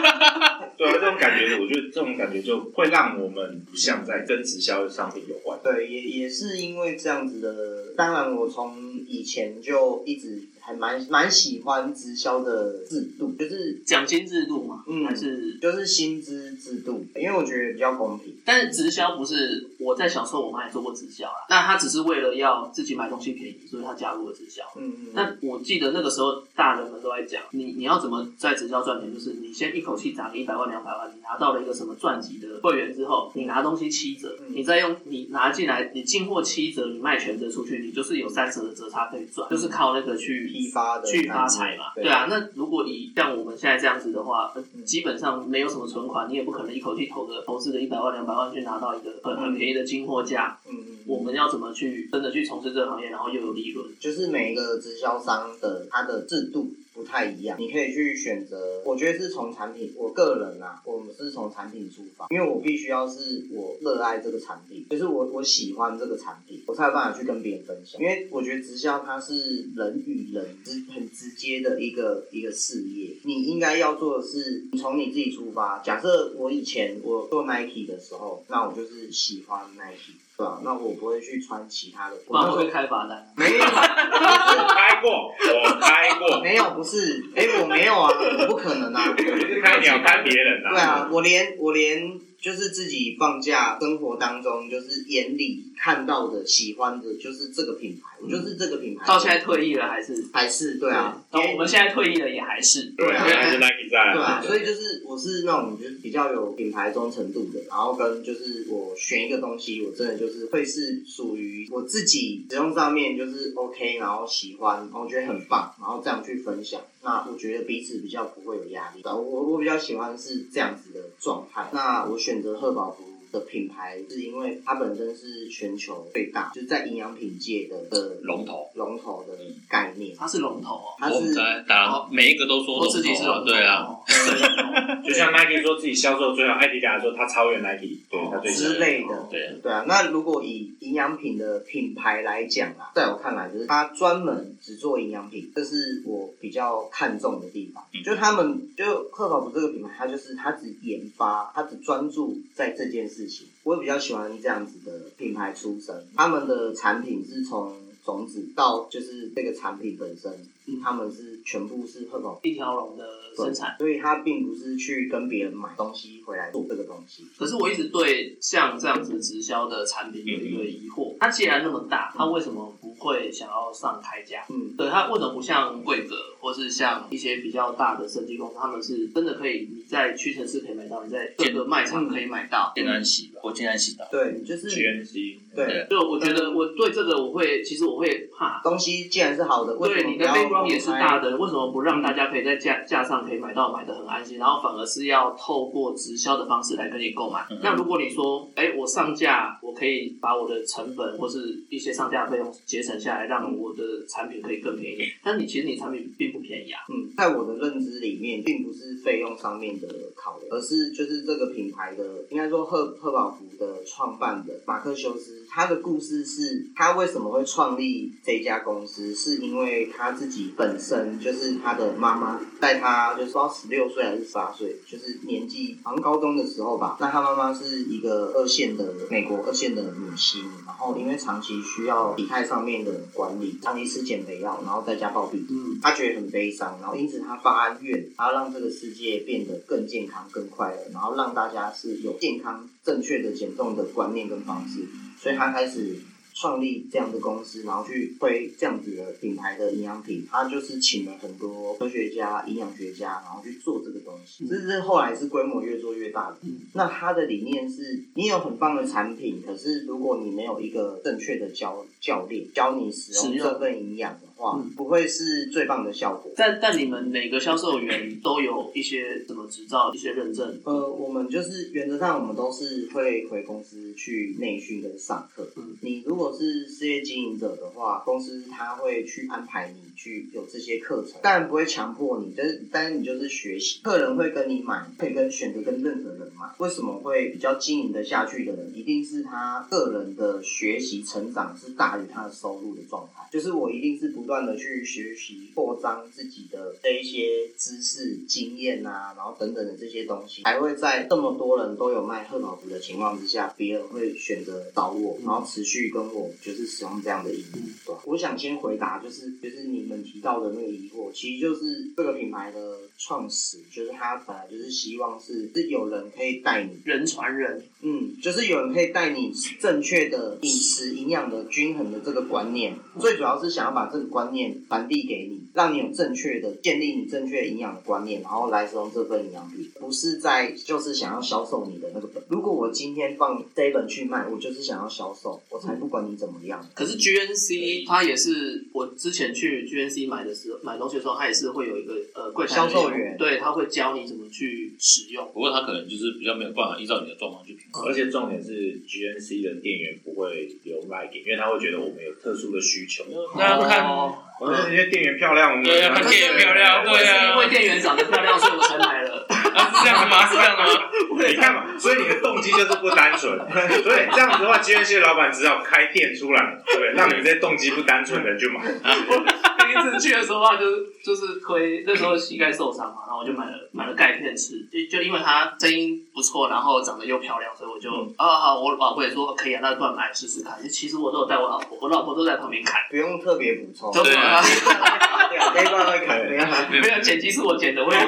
Speaker 2: 对啊，这种感觉，我觉得这种感觉就会让我们不像在跟直销商品有 关。
Speaker 4: 对，也也是因为这样子的。当然，我从以前就一直还蛮蛮喜欢直销的制度，就是
Speaker 1: 奖金制度嘛，
Speaker 4: 嗯
Speaker 1: 还是。
Speaker 4: 就是薪资制度，因为我觉得比较公平。
Speaker 1: 但是直销不是我在小时候我妈也做过直销啦，那她只是为了要自己买东西便宜，所以她加入了直销。
Speaker 4: 嗯，嗯
Speaker 1: 那我记得那个时候大人们都在讲，你你要怎么在直销赚钱，就是你先一口气砸个一百万两百万，你拿到了一个什么钻级的会员之后，你拿东西七折，
Speaker 4: 嗯
Speaker 1: 你再用你拿进来，你进货七折，你卖全折出去，你就是有三折的折差可以赚，就是靠那个去
Speaker 4: 批发的
Speaker 1: 去发财嘛，
Speaker 4: 对
Speaker 1: 对啊。那如果以像我们现在这样子的话，呃
Speaker 4: 嗯
Speaker 1: 基本上没有什么存款，你也不可能一口气投个投资个一百万两百万去拿到一个很很便宜的进货价。
Speaker 4: 嗯嗯，
Speaker 1: 我们要怎么去真的去从事这个行业，然后又有利润？
Speaker 4: 就是每一个直销商的它的制度不太一样，你可以去选择。我觉得是从产品，我个人啊，我们是从产品出发，因为我必须要是我热爱这个产品，就是我我喜欢这个产品，我才有办法去跟别人分享。因为我觉得直销它是人与人之很直接的一个一个事业，你应该要做的是你从你自己出发。假设我以前我做 Nike 的时候，那我就是喜欢 Nike。对吧？那我不会去穿其他的。
Speaker 1: 不然会开罚单。
Speaker 4: 没有，
Speaker 2: 我开过，我开 过，
Speaker 4: 没有，不是，哎、我没有啊，我不可能 啊，
Speaker 2: 我
Speaker 4: 对
Speaker 2: 就是开鸟开别人啦、
Speaker 4: 啊，我连我连就是自己放假生活当中，就是眼里看到的、喜欢的，就是这个品牌，我就是这个品牌，
Speaker 1: 嗯到现在退役了还是
Speaker 4: 还是对啊，
Speaker 1: 然
Speaker 4: 因
Speaker 1: 后
Speaker 4: 为
Speaker 1: 我们现在退役了也还是，
Speaker 2: 对啊，
Speaker 4: 对啊
Speaker 2: 还是 Nike 在
Speaker 4: 对啊，所以就是我是那种就是比较有品牌忠诚度的，然后跟就是我选一个东西，我真的就是会是属于我自己使用上面就是 OK，然后喜欢，然后觉得很棒，然后这样去分享。那我觉得彼此比较不会有压力，我我比较喜欢是这样子的状态。那我选择贺宝福。的品牌是因为它本身是全球最大，就是在营养品界的的
Speaker 3: 龙头，
Speaker 4: 龙头的概念，
Speaker 1: 它是龙头哦，
Speaker 4: 它
Speaker 3: 我们
Speaker 4: 是
Speaker 3: 才打每一个都说
Speaker 1: 我自己是
Speaker 3: 龙头
Speaker 1: 龙
Speaker 3: 啊
Speaker 1: 头，
Speaker 3: 对啊，
Speaker 1: 哦，
Speaker 2: 就像 Nike 说自己销售最好，艾迪达说他超越 Nike，对他最
Speaker 4: 之
Speaker 2: 强。
Speaker 4: 类的，
Speaker 3: 哦对，
Speaker 4: 对啊，那如果以营养品的品牌来讲啊，在我看来，就是它专门只做营养品，这是我比较看重的地方。
Speaker 3: 嗯
Speaker 4: 就他们就克劳普这个品牌，它就是它只研发，它只专注在这件事情。我也比较喜欢这样子的品牌出身，他们的产品是从种子到就是这个产品本身，
Speaker 1: 嗯
Speaker 4: 他们是全部是克劳普。
Speaker 1: 一条龙的生产。
Speaker 4: 所以它并不是去跟别人买东西回来做这个东西。
Speaker 1: 可是我一直对像这样子直销的产品有一个疑惑，它既然那么大，它为什么不会想要上开价。
Speaker 4: 嗯，
Speaker 1: 对，它为什么不像贵格或是像一些比较大的设计公司，他们是真的可以你在屈臣氏可以买到，你在各个卖场可以买到。
Speaker 4: 嗯
Speaker 3: 简单洗吧，我简单洗澡。
Speaker 4: 对，就是
Speaker 2: 全息，
Speaker 4: 对
Speaker 1: 就我觉得我对这个我会，其实我会怕。
Speaker 4: 东西既然是好的，为什
Speaker 1: 对
Speaker 4: 么
Speaker 1: 你的
Speaker 4: 不要
Speaker 1: background 也是大
Speaker 4: 公嗯
Speaker 1: 的，为什么不让大家可以在架架上可以买到买的很安心，然后反而是要透过直销的方式来跟你购买？
Speaker 3: 嗯
Speaker 1: 那如果你说，哎，我上架，我可以把我的成本或是一些上架费用节省下来，
Speaker 4: 嗯
Speaker 1: 让我的产品可以更便宜。但你其实你产品并不便宜啊。
Speaker 4: 开？嗯，在我的认知里面，并不是费用上面的考量，而是就是这个品牌的，应该说赫赫宝福的创办人马克修斯，他的故事是他为什么会创立这家公司，是因为他自己本身就是他的妈妈在他就是不知道十六岁还是十八岁，就是年纪好像高中的时候吧。那他妈妈是一个二线的美国二线的女星，然后因为长期需要体态上面的管理，长期吃减肥药，然后在家暴毙。
Speaker 1: 嗯，
Speaker 4: 他觉得很悲伤，然后因此他发愿，他要让这个世界变得更健康、更快乐，然后让大家是有健康、正确的减重的观念跟方式，所以他开始创立这样的公司，然后去推这样子的品牌的营养品。他就是请了很多科学家、营养学家，然后去做这个东西。这是后来是规模越做越大的。那他的理念是，你有很棒的产品，可是如果你没有一个正确的教教练教你使
Speaker 1: 使
Speaker 4: 用
Speaker 1: 用
Speaker 4: 这份营养的话，
Speaker 1: 嗯
Speaker 4: 不会是最棒的效果。
Speaker 1: 但但你们每个销售员都有一些什么执照、一些认证？
Speaker 4: 呃，我们就是原则上我们都是会回公司去内训跟上课。
Speaker 1: 嗯
Speaker 4: 你如果是事业经营者的话，公司他会去安排你去有这些课程，但不会强迫你，但是但是你就是学习。客人会跟你买，可以跟选择跟任何人买。为什么会比较经营的下去的人，一定是他个人的学习成长是大于他的收入的状态。就是我一定是不断的去学习扩张自己的这一些知识、经验啊，然后等等的这些东西，才会在这么多人都有卖贺宝福的情况之下，别人会选择找我，然后持续跟我就是使用这样的营养。对吧我想先回答，就是就是你们提到的那个疑惑，其实就是这个品牌的创始，就是他本来就是希望是是有人可以带你
Speaker 1: 人传人，
Speaker 4: 嗯，就是有人可以带你正确的饮食营养的均衡的这个观念，最主要是想要把这个观念传递给你，让你有正确的建立你正确的营养的观念，然后来使用这份营养品，不是在就是想要销售你的那个本。如果我今天放这一本去卖，我就是想要销售，我才不管你怎么样。
Speaker 1: 可是 GNC 它也是我之前去 GNC 买的时候，买东西的时候，它也是会有一个呃柜台的
Speaker 4: 销售员
Speaker 1: 对，他会教你怎么去使用。
Speaker 3: 不过他可能就是比较没有办法依照你的状况去评 估。
Speaker 2: 而且重点是 GNC 的店员不会留 like，因为他会觉得我们有特殊的需求。
Speaker 3: 大家看
Speaker 1: 哦
Speaker 2: 我们因为店员漂亮，我们
Speaker 3: 对啊
Speaker 1: 可是
Speaker 3: 店员漂亮
Speaker 1: 我也是
Speaker 3: 对啊
Speaker 1: 因为店员长得漂亮，所以我才买 了。
Speaker 3: 啊，是这样的吗？是这样的吗？
Speaker 2: 你看嘛，所以你的动机就是不单纯， 所以这样子的话，GNC 老板只好开店出来，对不对？让你们这些动机不单纯的人去买。
Speaker 1: 第一次去的时候啊，就是就是亏，那时候膝盖受伤嘛，然后我就买了买了钙片吃，就就因为她声音不错，然后长得又漂亮，所以我就、
Speaker 3: 嗯
Speaker 1: 啊好，我老婆也说可以啊，那断买试试看。其实我都有带我老婆，我老婆都在旁边看，
Speaker 4: 不用特别补充，
Speaker 1: 都
Speaker 3: 对啊
Speaker 4: 对啊，这一段会砍，不要砍。
Speaker 1: 没有剪辑是我剪的，我也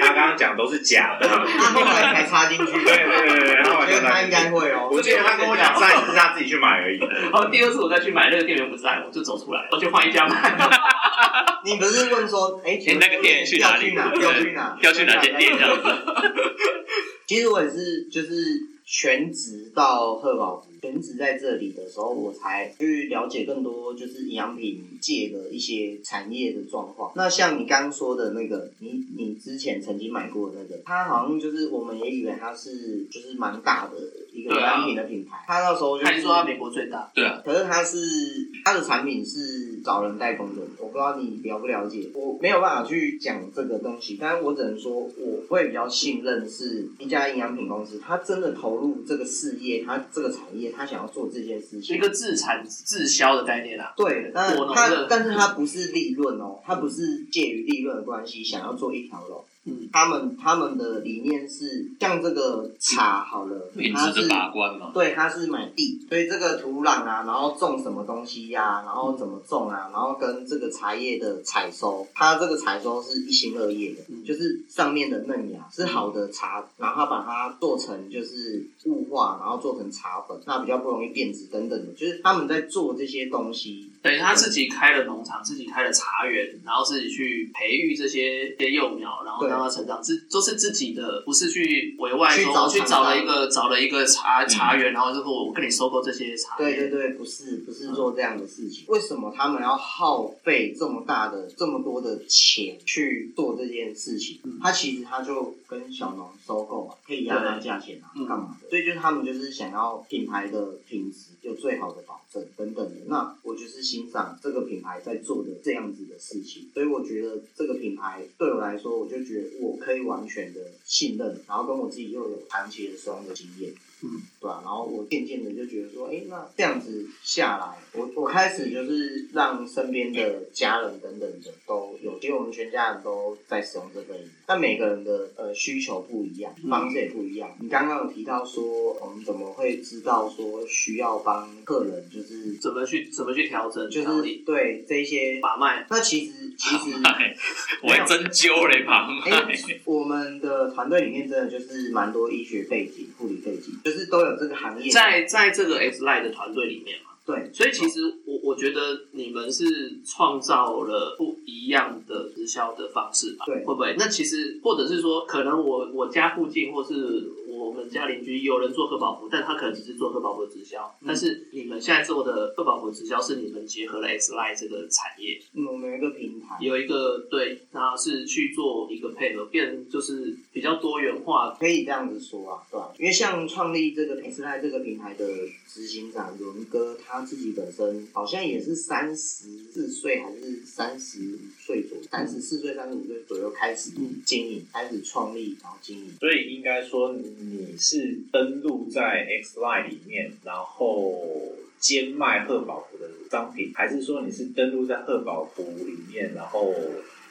Speaker 2: 他刚刚讲都是假的，
Speaker 4: 他后来才插进去，
Speaker 2: 对对对对，然后
Speaker 4: 我
Speaker 2: 我
Speaker 4: 觉得
Speaker 2: 就
Speaker 4: 他应该会哦。
Speaker 2: 我记得他跟我讲上一次是他自己去买而已。
Speaker 1: 然后第二次我再去买，那个店员不在，我就走出来，我去换一家买。
Speaker 4: 你不是问说，哎、
Speaker 3: 哎那个店去哪里
Speaker 4: 调去哪？调
Speaker 3: 要去
Speaker 4: 去哪？
Speaker 3: 哪间店这样子？
Speaker 4: 其实我也是，就是全职到贺宝福，全职在这里的时候，我才去了解更多就是营养品界的一些产业的状况。那像你刚刚说的那个，你你之前曾经买过的那个，它好像就是我们也以为它是就是蛮大的一个
Speaker 1: 对
Speaker 4: 营
Speaker 1: 啊
Speaker 4: 养品的品牌，它那时候就是
Speaker 1: 看你 说他美国最大，
Speaker 3: 对啊，
Speaker 4: 可是它是它的产品是找人代工的，我不知道你了不了解，我没有办法去讲这个东西，但是我只能说我会比较信任是一家营养品公司，它真的投入这个事业，它这个产业，它想要做这件事
Speaker 1: 是一
Speaker 4: 情。
Speaker 1: 个自产自销的概念啊。
Speaker 4: 对，但
Speaker 1: 我懂
Speaker 4: 它
Speaker 1: 这
Speaker 4: 哦但是它不是利润哦，它不是介于利润的关系，想要做一条龙，
Speaker 1: 嗯
Speaker 4: 他们他们的理念是像这个茶好了，
Speaker 3: 品
Speaker 4: 它
Speaker 3: 质
Speaker 4: 是
Speaker 3: 的把关嘛，
Speaker 4: 对，它是买地，所以这个土壤啊，然后种什么东西呀、然后怎么种啊，然后跟这个茶叶的采收，它这个采收是一心二叶的，
Speaker 1: 嗯
Speaker 4: 就是上面的嫩芽是好的茶，然后它把它做成就是雾化，然后做成茶粉，那比较不容易变质等等的，就是他们在做这些东西，
Speaker 1: 等于他自己开了农场，自己开了茶园，然后自己去培育这些这些幼苗，然后
Speaker 4: 对
Speaker 1: 让它成长，自都是自己的，不是去委外
Speaker 4: 去
Speaker 1: 说
Speaker 4: 找
Speaker 1: 我去
Speaker 4: 厂
Speaker 1: 找了
Speaker 4: 商
Speaker 1: 一个找了一个茶茶园，然后就说我跟你收购这些茶
Speaker 4: 对
Speaker 1: 叶。
Speaker 4: 对对，不是不
Speaker 1: 嗯
Speaker 4: 是做这样的事情，为什么他们要耗费这么大的这么多的钱去做这件事情
Speaker 1: 嗯？
Speaker 4: 他其实他就跟小农收购啊，可以压
Speaker 1: 对
Speaker 4: 压价钱啊，
Speaker 1: 嗯
Speaker 4: 干嘛的？所以就是他们就是想要品牌的品质有最好的保证等等的。那我就是欣赏这个品牌在做的这样子的事情，所以我觉得这个品牌对我来说，我就觉得我可以完全的信任，然后跟我自己又有长期的使用的经验。对啊，然后我渐渐的就觉得说，哎，那这样子下来，我我开始就是让身边的家人等等的都有，因为我们全家人都在使用这个饮料，但每个人的呃需求不一样，方式也不一样。你刚刚有提到说，我们怎么会知道说需要帮客人就是
Speaker 1: 怎么去怎么去调整
Speaker 4: 就
Speaker 1: 调
Speaker 4: 是
Speaker 1: 理
Speaker 4: 对这些？
Speaker 1: 把脉？
Speaker 4: 那其实其实。
Speaker 3: 哎，我还真揪嘞，旁
Speaker 4: 哎、
Speaker 3: 麦，
Speaker 4: 我们的团队里面真的就是蛮多医学背景、护理背景，就是都有这个行业。
Speaker 1: 在在这个 X Line 的团队里面嘛，
Speaker 4: 对，
Speaker 1: 所以其实我我觉得你们是创造了不一样的直销的方式吧？
Speaker 4: 对
Speaker 1: 会不会？那其实或者是说，可能我我家附近或是我们家邻居有人做贺宝福，但他可能只是做贺宝福的直销，但是你们现在做的贺宝福直销是你们结合了 X Line 这个产业，
Speaker 4: 嗯，我们有一个平台，
Speaker 1: 有一个对，然后是去做一个配合，变就是比较多元化。
Speaker 4: 可以这样子说啊，对吧、因为像创立这个 x l i 这个平台的执行长伦哥，他自己本身好像也是三十四岁还是三十五岁左右，三十四岁、三十五岁左右开始
Speaker 1: 嗯
Speaker 4: 经营，开始创立，然后经营。
Speaker 2: 所以应该说你是登录在 X Line 里面，然后兼卖贺宝福的商品，还是说你是登录在贺宝福里面，然后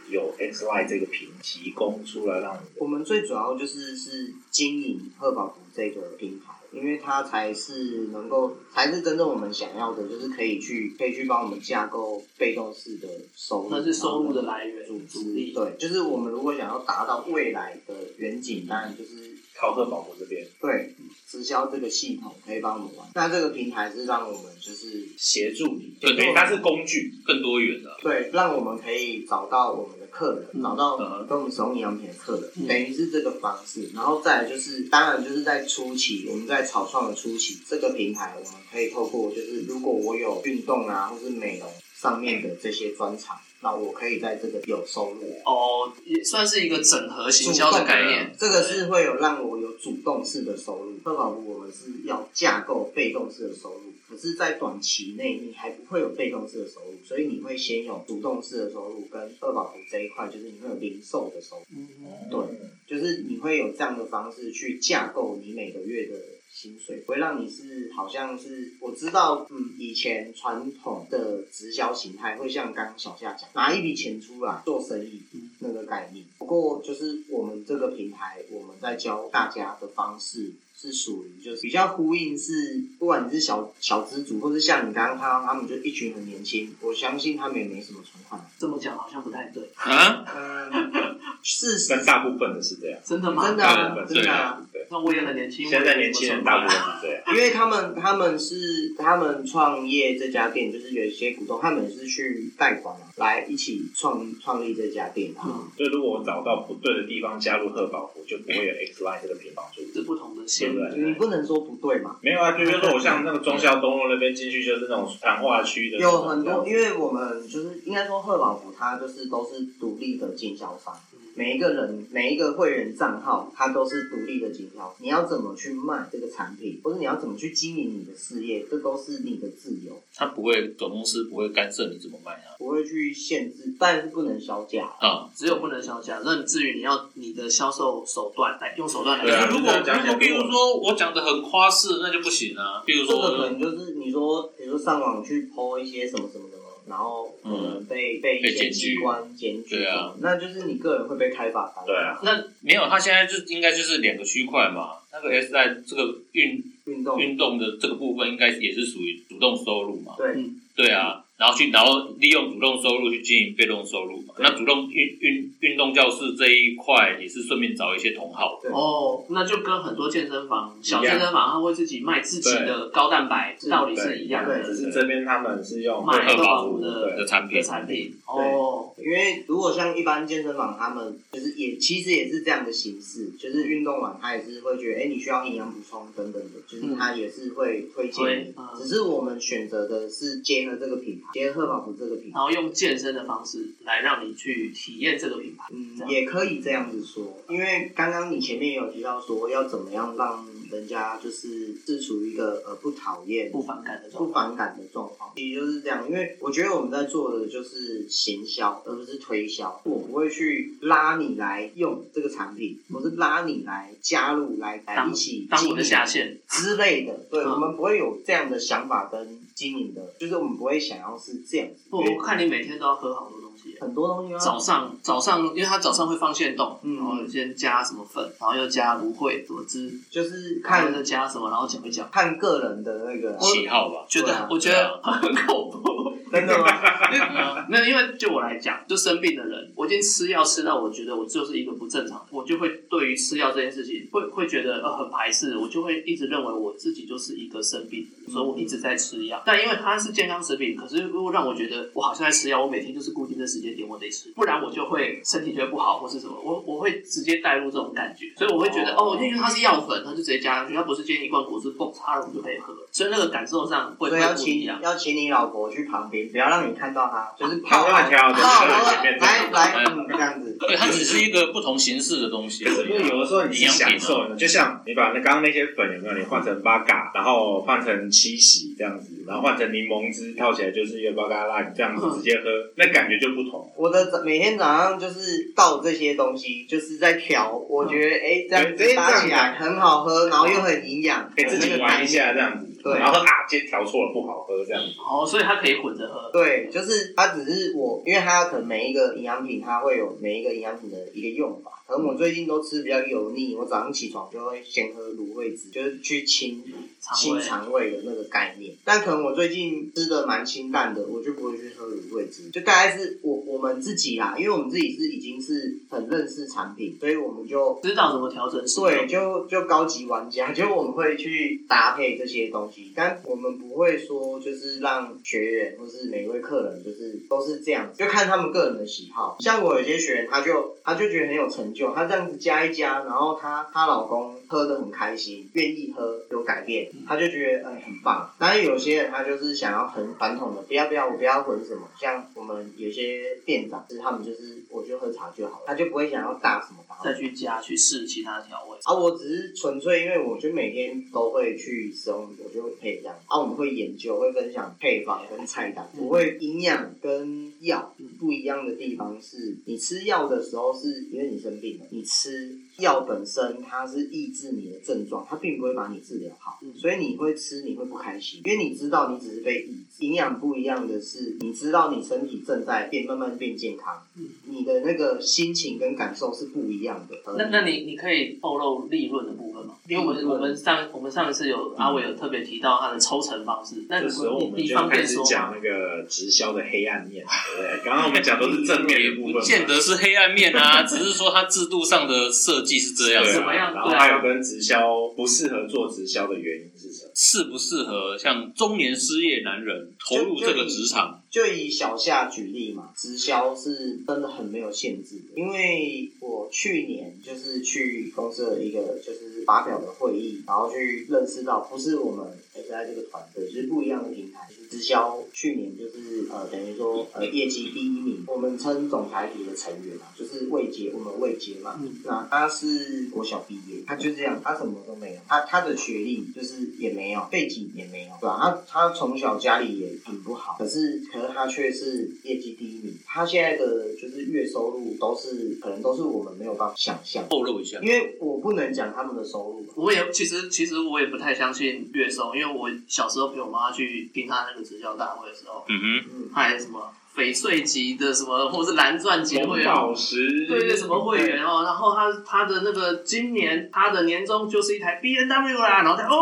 Speaker 2: 有 X Line 这个屏提供出来让你的
Speaker 4: 我们最主要就是是经营贺宝福这个平台，因为它才是能够，才是真正我们想要的，就是可以去可以去帮我们架构被动式的收入，
Speaker 1: 那是收入的来
Speaker 4: 组
Speaker 1: 源，主
Speaker 4: 织
Speaker 1: 力。
Speaker 4: 对，就是我们如果想要达到未来的远景，当然就是
Speaker 2: 靠贺宝福这边
Speaker 4: 对直销这个系统可以帮我们玩。那这个平台是让我们就是
Speaker 2: 协助你，
Speaker 3: 对
Speaker 2: 对，它是工具，
Speaker 3: 更多元的，
Speaker 4: 对，让我们可以找到我们的客人，
Speaker 1: 嗯
Speaker 4: 找到
Speaker 3: 嗯
Speaker 4: 跟我们使用营养品的客人，
Speaker 1: 嗯
Speaker 4: 等于是这个方式。然后再来就是，当然就是在初期，我们在草创的初期，这个平台我们可以透过就是，如果我有运动啊，或是美容上面的这些专长，那我可以在这个有收入。
Speaker 1: 哦，也算是一个整合行销的概念。
Speaker 4: 这个是会有让我有主动式的收入。贺宝福我们是要架构被动式的收入，可是，在短期内你还不会有被动式的收入，所以你会先有主动式的收入跟贺宝福这一块，就是你会有零售的收入，对就是你会有这样的方式去架构你每个月的。薪水不会让你是好像是我知道，嗯，以前传统的直销形态会像刚刚小夏讲，拿一笔钱出来做生意，那个概念。不过就是我们这个平台，我们在教大家的方式是属于就是比较呼应是，不管你是小小资族，或是像你刚刚看到他们就一群很年轻，我相信他们也没什么存款。
Speaker 1: 这么讲好像不太对，
Speaker 3: 啊，
Speaker 4: 嗯，事实
Speaker 2: 但大部分的是这样，
Speaker 1: 真的吗？
Speaker 4: 真的
Speaker 2: 大部
Speaker 4: 啊，
Speaker 2: 分
Speaker 4: 真的啊，
Speaker 2: 对，
Speaker 1: 那我也很年轻，
Speaker 2: 现在年轻人大部分是这样，
Speaker 4: 因为他们他们是他们创业这家店，就是有一些股东，他们也是去贷款啊，来一起创创立这家店啊。
Speaker 1: 嗯，
Speaker 2: 所以如果我找到不对的地方加入贺宝福，就不会有 X Line 这个屏保出
Speaker 1: 是不同的
Speaker 2: 对
Speaker 1: 线
Speaker 2: 不
Speaker 1: 路。
Speaker 2: 对？
Speaker 4: 你不能说不对嘛，
Speaker 2: 没有啊，就比如说我像那个中校东路那边进去就是那种谈话区的，
Speaker 4: 有很多，因为我们就是应该说贺宝福，它就是都是独立的经销商，
Speaker 1: 嗯
Speaker 4: 每一个人每一个会员账号，它都是独立的经销。你要怎么去卖这个产品，或者你要怎么去经营你的事业，这都是你的自由，
Speaker 3: 他不会，总公司不会干涉你怎么卖啊，
Speaker 4: 不会去限制，但是不能销价。
Speaker 3: 啊，
Speaker 1: 只有不能销价，那至于你要你的销售手段来用手段
Speaker 2: 对
Speaker 1: 来
Speaker 2: 啊
Speaker 1: 用，
Speaker 3: 如果
Speaker 2: 就这样讲
Speaker 3: 如果比如说我讲的很夸饰，那就不行啊，比如
Speaker 4: 这个可
Speaker 3: 说
Speaker 4: 能就是你说，比如说上网去 PO 一些什么什么什么，然后可能被、被
Speaker 3: 被
Speaker 4: 检
Speaker 3: 检举
Speaker 4: 机关检举，
Speaker 3: 对啊，
Speaker 4: 那就是你个人会被开罚单。
Speaker 2: 对啊，
Speaker 3: 那没有，它现在就应该就是两个区块嘛。那个 S 在这个运
Speaker 4: 运动
Speaker 3: 运动的这个部分，应该也是属于主动收入嘛。
Speaker 4: 对
Speaker 3: 对啊，然后去然后利用主动收入去经营被动收入嘛。
Speaker 4: 对
Speaker 3: 那主动运运运动教室这一块也是顺便找一些同好。
Speaker 1: 哦，那就跟很多健身房、小
Speaker 2: 一样
Speaker 1: 健身房，它会自己卖自己的高蛋白，道理是一样
Speaker 4: 对
Speaker 1: 的
Speaker 2: 只是这边他们是用
Speaker 1: 卖
Speaker 3: 贺宝
Speaker 2: 福
Speaker 1: 福的
Speaker 3: 的
Speaker 2: 对
Speaker 3: 产品
Speaker 1: 的，产品。哦，
Speaker 4: 因为如果像一般健身房，他们就是也其实也是这样的形式，就是运动完他也是会觉得，哎、你需要营养补充等等的，就是他也是会推荐你
Speaker 1: 推嗯
Speaker 4: 只是我们选择的是结合这个品牌，结合赫宝福这个品牌，
Speaker 1: 然后用健身的方式来让你去体验这个品牌。
Speaker 4: 嗯
Speaker 1: 这，样
Speaker 4: 也可以这样子说，因为刚刚你前面也有提到说要怎么样让人家就是是处于一个呃不讨厌、呃
Speaker 1: 不嗯反感的状
Speaker 4: 不
Speaker 1: 态。
Speaker 4: 反感的状况，其实就是这样。因为我觉得我们在做的就是行销，而不是推销。我不会去拉你来用这个产品，我是拉你来加入，来来
Speaker 1: 当
Speaker 4: 一起
Speaker 1: 当我的
Speaker 4: 经营
Speaker 1: 下线，
Speaker 4: 之类的。对，
Speaker 1: 嗯
Speaker 4: 我们不会有这样的想法跟经营的，就是我们不会想要是这样子。
Speaker 1: 不，
Speaker 4: 因为
Speaker 1: 我看你每天都要喝好多东西。
Speaker 4: 很多东西啊
Speaker 1: 早上早上，因为它早上会放线冻，
Speaker 4: 嗯
Speaker 1: 然后先加什么粉，然后又加芦荟、果汁，
Speaker 4: 就是
Speaker 1: 看
Speaker 4: 看
Speaker 1: 着加什么，然后搅一搅，
Speaker 4: 看个人的那个啊，
Speaker 3: 喜好吧。
Speaker 1: 觉
Speaker 4: 对
Speaker 1: 得
Speaker 4: 啊
Speaker 1: 我觉得很恐怖。
Speaker 4: 真的 吗？
Speaker 1: 因为没有，因为就我来讲，就生病的人，我已经吃药吃到我觉得我就是一个不正常的，我就会对于吃药这件事情会会觉得呃很排斥，我就会一直认为我自己就是一个生病的人，所以我一直在吃药。但因为它是健康食品，可是如果让我觉得我好像在吃药，我每天就是固定的时间点我得吃，不然我就会身体就会不好或是什么，我我会直接带入这种感觉，所以我会觉得
Speaker 4: 哦
Speaker 1: 哦，因为它是药粉，它就直接加上去，它不是今天一罐果汁蹦插了我就可以喝，所以那个感受上会
Speaker 4: 所
Speaker 1: 会
Speaker 4: 以要
Speaker 1: 不一
Speaker 4: 请
Speaker 1: 样。
Speaker 4: 要请你老婆去旁边，不要让你看到她，就是
Speaker 2: 他
Speaker 4: 泡
Speaker 2: 会
Speaker 4: 好
Speaker 2: 挑的，
Speaker 4: 泡
Speaker 2: 他
Speaker 4: 好
Speaker 2: 会前面
Speaker 4: 来来
Speaker 3: 嗯
Speaker 4: 嗯这样子，
Speaker 3: 对，它只是一个不同形式的东西
Speaker 2: 可
Speaker 3: 而
Speaker 2: 是因为
Speaker 3: 已啊。
Speaker 2: 有的时候你是享
Speaker 1: 啊
Speaker 2: 受的，就像你把那刚刚那些粉有没有，你换成八嘎，然后换成七喜这样子，然后换成柠檬汁套起来就是一个八嘎啦，你这
Speaker 1: 嗯
Speaker 2: 样子直接喝，那感觉就不同。
Speaker 4: 我的早每天早上就是倒这些东西，就是在调，我觉得
Speaker 2: 嗯
Speaker 4: 哎、这样子搭起来很好喝，然后又很营养，
Speaker 2: 可以自己玩一下这样子，
Speaker 4: 对
Speaker 2: 然后啊，今天调错了不好喝这样子，
Speaker 1: 哦，所以它可以混着喝。
Speaker 4: 对，就是它只是我，因为它可能每一个营养品，它会有每一个营养品的一个用法。可能我最近都吃比较油腻，我早上起床就会先喝芦荟汁，就是去清
Speaker 1: 肠
Speaker 4: 清
Speaker 1: 胃
Speaker 4: 肠胃的那个概念。但可能我最近吃的蛮清淡的，我就不会去喝芦荟汁。就大概是我我们自己啦，因为我们自己是已经是很认识产品，所以我们就
Speaker 1: 知道怎么调整使用。
Speaker 4: 对，就就高级玩家，就我们会去搭配这些东西，但我们不会说就是让学员或是每一位客人就是都是这样，就看他们个人的喜好。像我有些学员，他就他就觉得很有成就，他这样子加一加，然后她她老公喝的很开心，愿意喝有改变，他就觉得嗯很棒。但是有些人他就是想要很传统的，不要不要我不要混什么，像我们有些店长，就是他们就是我就喝茶就好了，他就不会想要搭什么搭
Speaker 1: 再去加去试其他调味。
Speaker 4: 啊，我只是纯粹因为我就每天都会去使用，我就会配这样。啊，我们会研究，会分享配方跟菜单。
Speaker 1: 嗯
Speaker 4: 我会营养跟药不一样的地方是，你吃药的时候是因为你生病了，你吃药本身它是抑制你的症状，它并不会把你治疗好
Speaker 1: 嗯，
Speaker 4: 所以你会吃你会不开心，因为你知道你只是被抑制。营养不一样的是，你知道你身体正在变慢慢变健康
Speaker 1: 嗯，
Speaker 4: 你的那个心情跟感受是不一样的。
Speaker 1: 那那你你可以透露利润的部分吗？因为我
Speaker 4: 利
Speaker 1: 们
Speaker 4: 润
Speaker 1: 我们上我们上一次有
Speaker 2: 嗯
Speaker 1: 阿伟有特别提到他的抽成方式，那
Speaker 2: 这时候我
Speaker 1: 你
Speaker 2: 们
Speaker 1: 你
Speaker 2: 就
Speaker 1: 方
Speaker 2: 开
Speaker 1: 便
Speaker 2: 始
Speaker 1: 说
Speaker 2: 讲
Speaker 1: 吗？
Speaker 2: 那个直销的黑暗面，对不对？刚刚我们讲都是正面
Speaker 3: 也
Speaker 2: 的部分
Speaker 3: 不
Speaker 2: 嘛，
Speaker 3: 见得是黑暗面啊，只是说它制度上的设计是这样
Speaker 2: 对
Speaker 3: 子
Speaker 1: 怎
Speaker 2: 啊
Speaker 1: 么样
Speaker 2: 然后还有跟直销不适合做直销的原因是什么？
Speaker 3: 适不适合像中年失业男人投入这个职场？
Speaker 4: 就以小夏举例嘛，直销是真的很没有限制的。因为我去年就是去公司的一个就是发表的会议，然后去认识到不是我们 SI 这个团队，就是不一样的平台。直销去年就是呃等于说呃业绩第一名，我们称总裁组的成员啊，就是魏杰，我们魏杰嘛，
Speaker 1: 嗯
Speaker 4: 那他是国小毕业，他就这样，他什么都没有，他他的学历就是也没有，背景也没有，对吧、他他从小家里里也很不好，可是可是他却是业绩第一名。他现在的就是月收入都是可能都是我们没有办法想象，
Speaker 3: 透露一下，
Speaker 4: 因为我不能讲他们的收入嘛。
Speaker 1: 我也其实其实我也不太相信月收，因为我小时候陪我妈去听她那个直销大会的时候，
Speaker 3: 嗯
Speaker 4: 嗯，
Speaker 1: 她还什么翡翠级的什么，或是蓝钻级会
Speaker 2: 红
Speaker 1: 员，
Speaker 2: 宝石，
Speaker 1: 啊对对，什么会员哦，然后他他的那个今年他的年终就是一台 B N W 啦，然后他哦，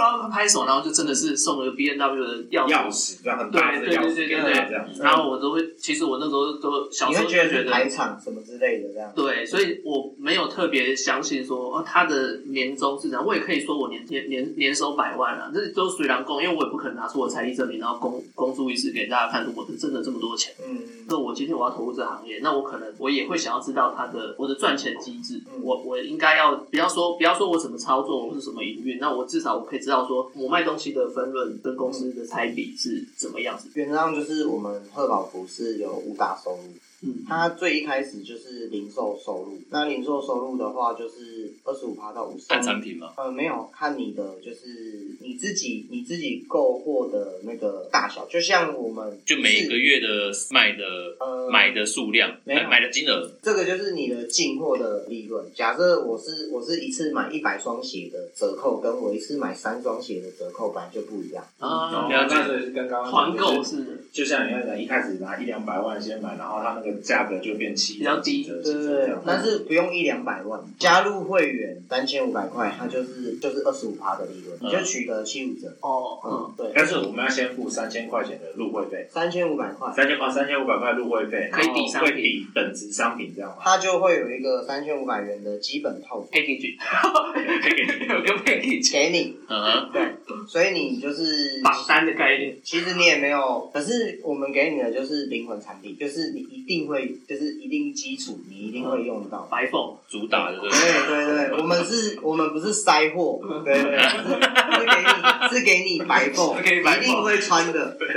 Speaker 1: 然后他拍手，然后就真的是送了个 B N W 的钥
Speaker 2: 钥
Speaker 1: 匙，
Speaker 2: 匙，这样很大的
Speaker 1: 对对
Speaker 2: 钥匙
Speaker 1: 对对
Speaker 2: 给
Speaker 1: 对
Speaker 2: 他这样，
Speaker 1: 然后我都会，其实我那时候都小
Speaker 4: 你
Speaker 1: 时候
Speaker 4: 会
Speaker 1: 就
Speaker 4: 觉得
Speaker 1: 觉
Speaker 4: 是
Speaker 1: 得
Speaker 4: 排场什么之类的这样。
Speaker 1: 对，所以我没有特别相信说哦，他的年终是这样，我也可以说我年年年年收百万啊，这都随然供，因为我也不可能拿出我财力证明，然后公公诸于世给大家看，说我是真的这么多钱。
Speaker 4: 嗯，
Speaker 1: 那我今天我要投入这行业，那我可能我也会想要知道它的我的赚钱机制，
Speaker 4: 嗯
Speaker 1: 我我应该要不要说不要说我怎么操作或是什么营运，那我至少我可以知道说我卖东西的分润跟公司的拆比是怎么样子。
Speaker 4: 原则上就是我们贺宝福是有五大收入，
Speaker 1: 嗯，
Speaker 4: 它最一开始就是零售收入，那零售收入的话就是二十五趴到五十。
Speaker 3: 看产品嘛，
Speaker 4: 呃，没有看你的，就是你自己你自己购货的那个大小，就像我们
Speaker 3: 就每个
Speaker 4: 是
Speaker 3: 月的卖的
Speaker 4: 呃
Speaker 3: 买的数量，
Speaker 4: 没有
Speaker 3: 买的金额，
Speaker 4: 这个就是你的进货的利润。假设我是我是一次买一百双鞋的折扣，跟我一次买三双鞋的折扣本来就不一样。
Speaker 1: 啊，
Speaker 2: 然
Speaker 1: 了
Speaker 2: 后哦那
Speaker 1: 解，
Speaker 2: 是跟刚刚
Speaker 1: 团购
Speaker 2: 是，
Speaker 1: 是
Speaker 2: 就像你刚才讲，一开始拿一两百万先买，然后它那个价格就变七折
Speaker 1: 比较低
Speaker 2: 七折
Speaker 4: 对
Speaker 2: 七
Speaker 4: 对
Speaker 2: 折这
Speaker 4: 对
Speaker 2: 样，嗯
Speaker 4: 但是不用一两百万，加入会员三千五百块，它就是就是二十五趴的利润，你就
Speaker 3: 嗯
Speaker 4: 取得七五折。
Speaker 1: 哦，嗯，
Speaker 4: 嗯，对，
Speaker 2: 但是我们要先付三千块钱的入会费，
Speaker 4: 三千五百块，
Speaker 2: 三千哦三千五百块入会费，
Speaker 1: 可以抵
Speaker 2: 然后
Speaker 1: 商品
Speaker 2: 会抵等值商品这样吗？
Speaker 4: 它就会有一个三千五百元的基本套组
Speaker 1: package，有个 package
Speaker 4: 给你，
Speaker 3: 嗯哼，
Speaker 4: 对，所以你就是
Speaker 1: 榜单的概念，
Speaker 4: 其实你也没有，可是我们给你的就是灵魂产品，就是你一定会，就是一定基础，你一定会用到。
Speaker 1: 白凤
Speaker 3: 主打的对不
Speaker 4: 对
Speaker 3: 对？
Speaker 4: 对对，我们是，我们不是塞货， 对对对，是是给你是给你白购，
Speaker 1: 给你白购
Speaker 4: 一定会穿的，对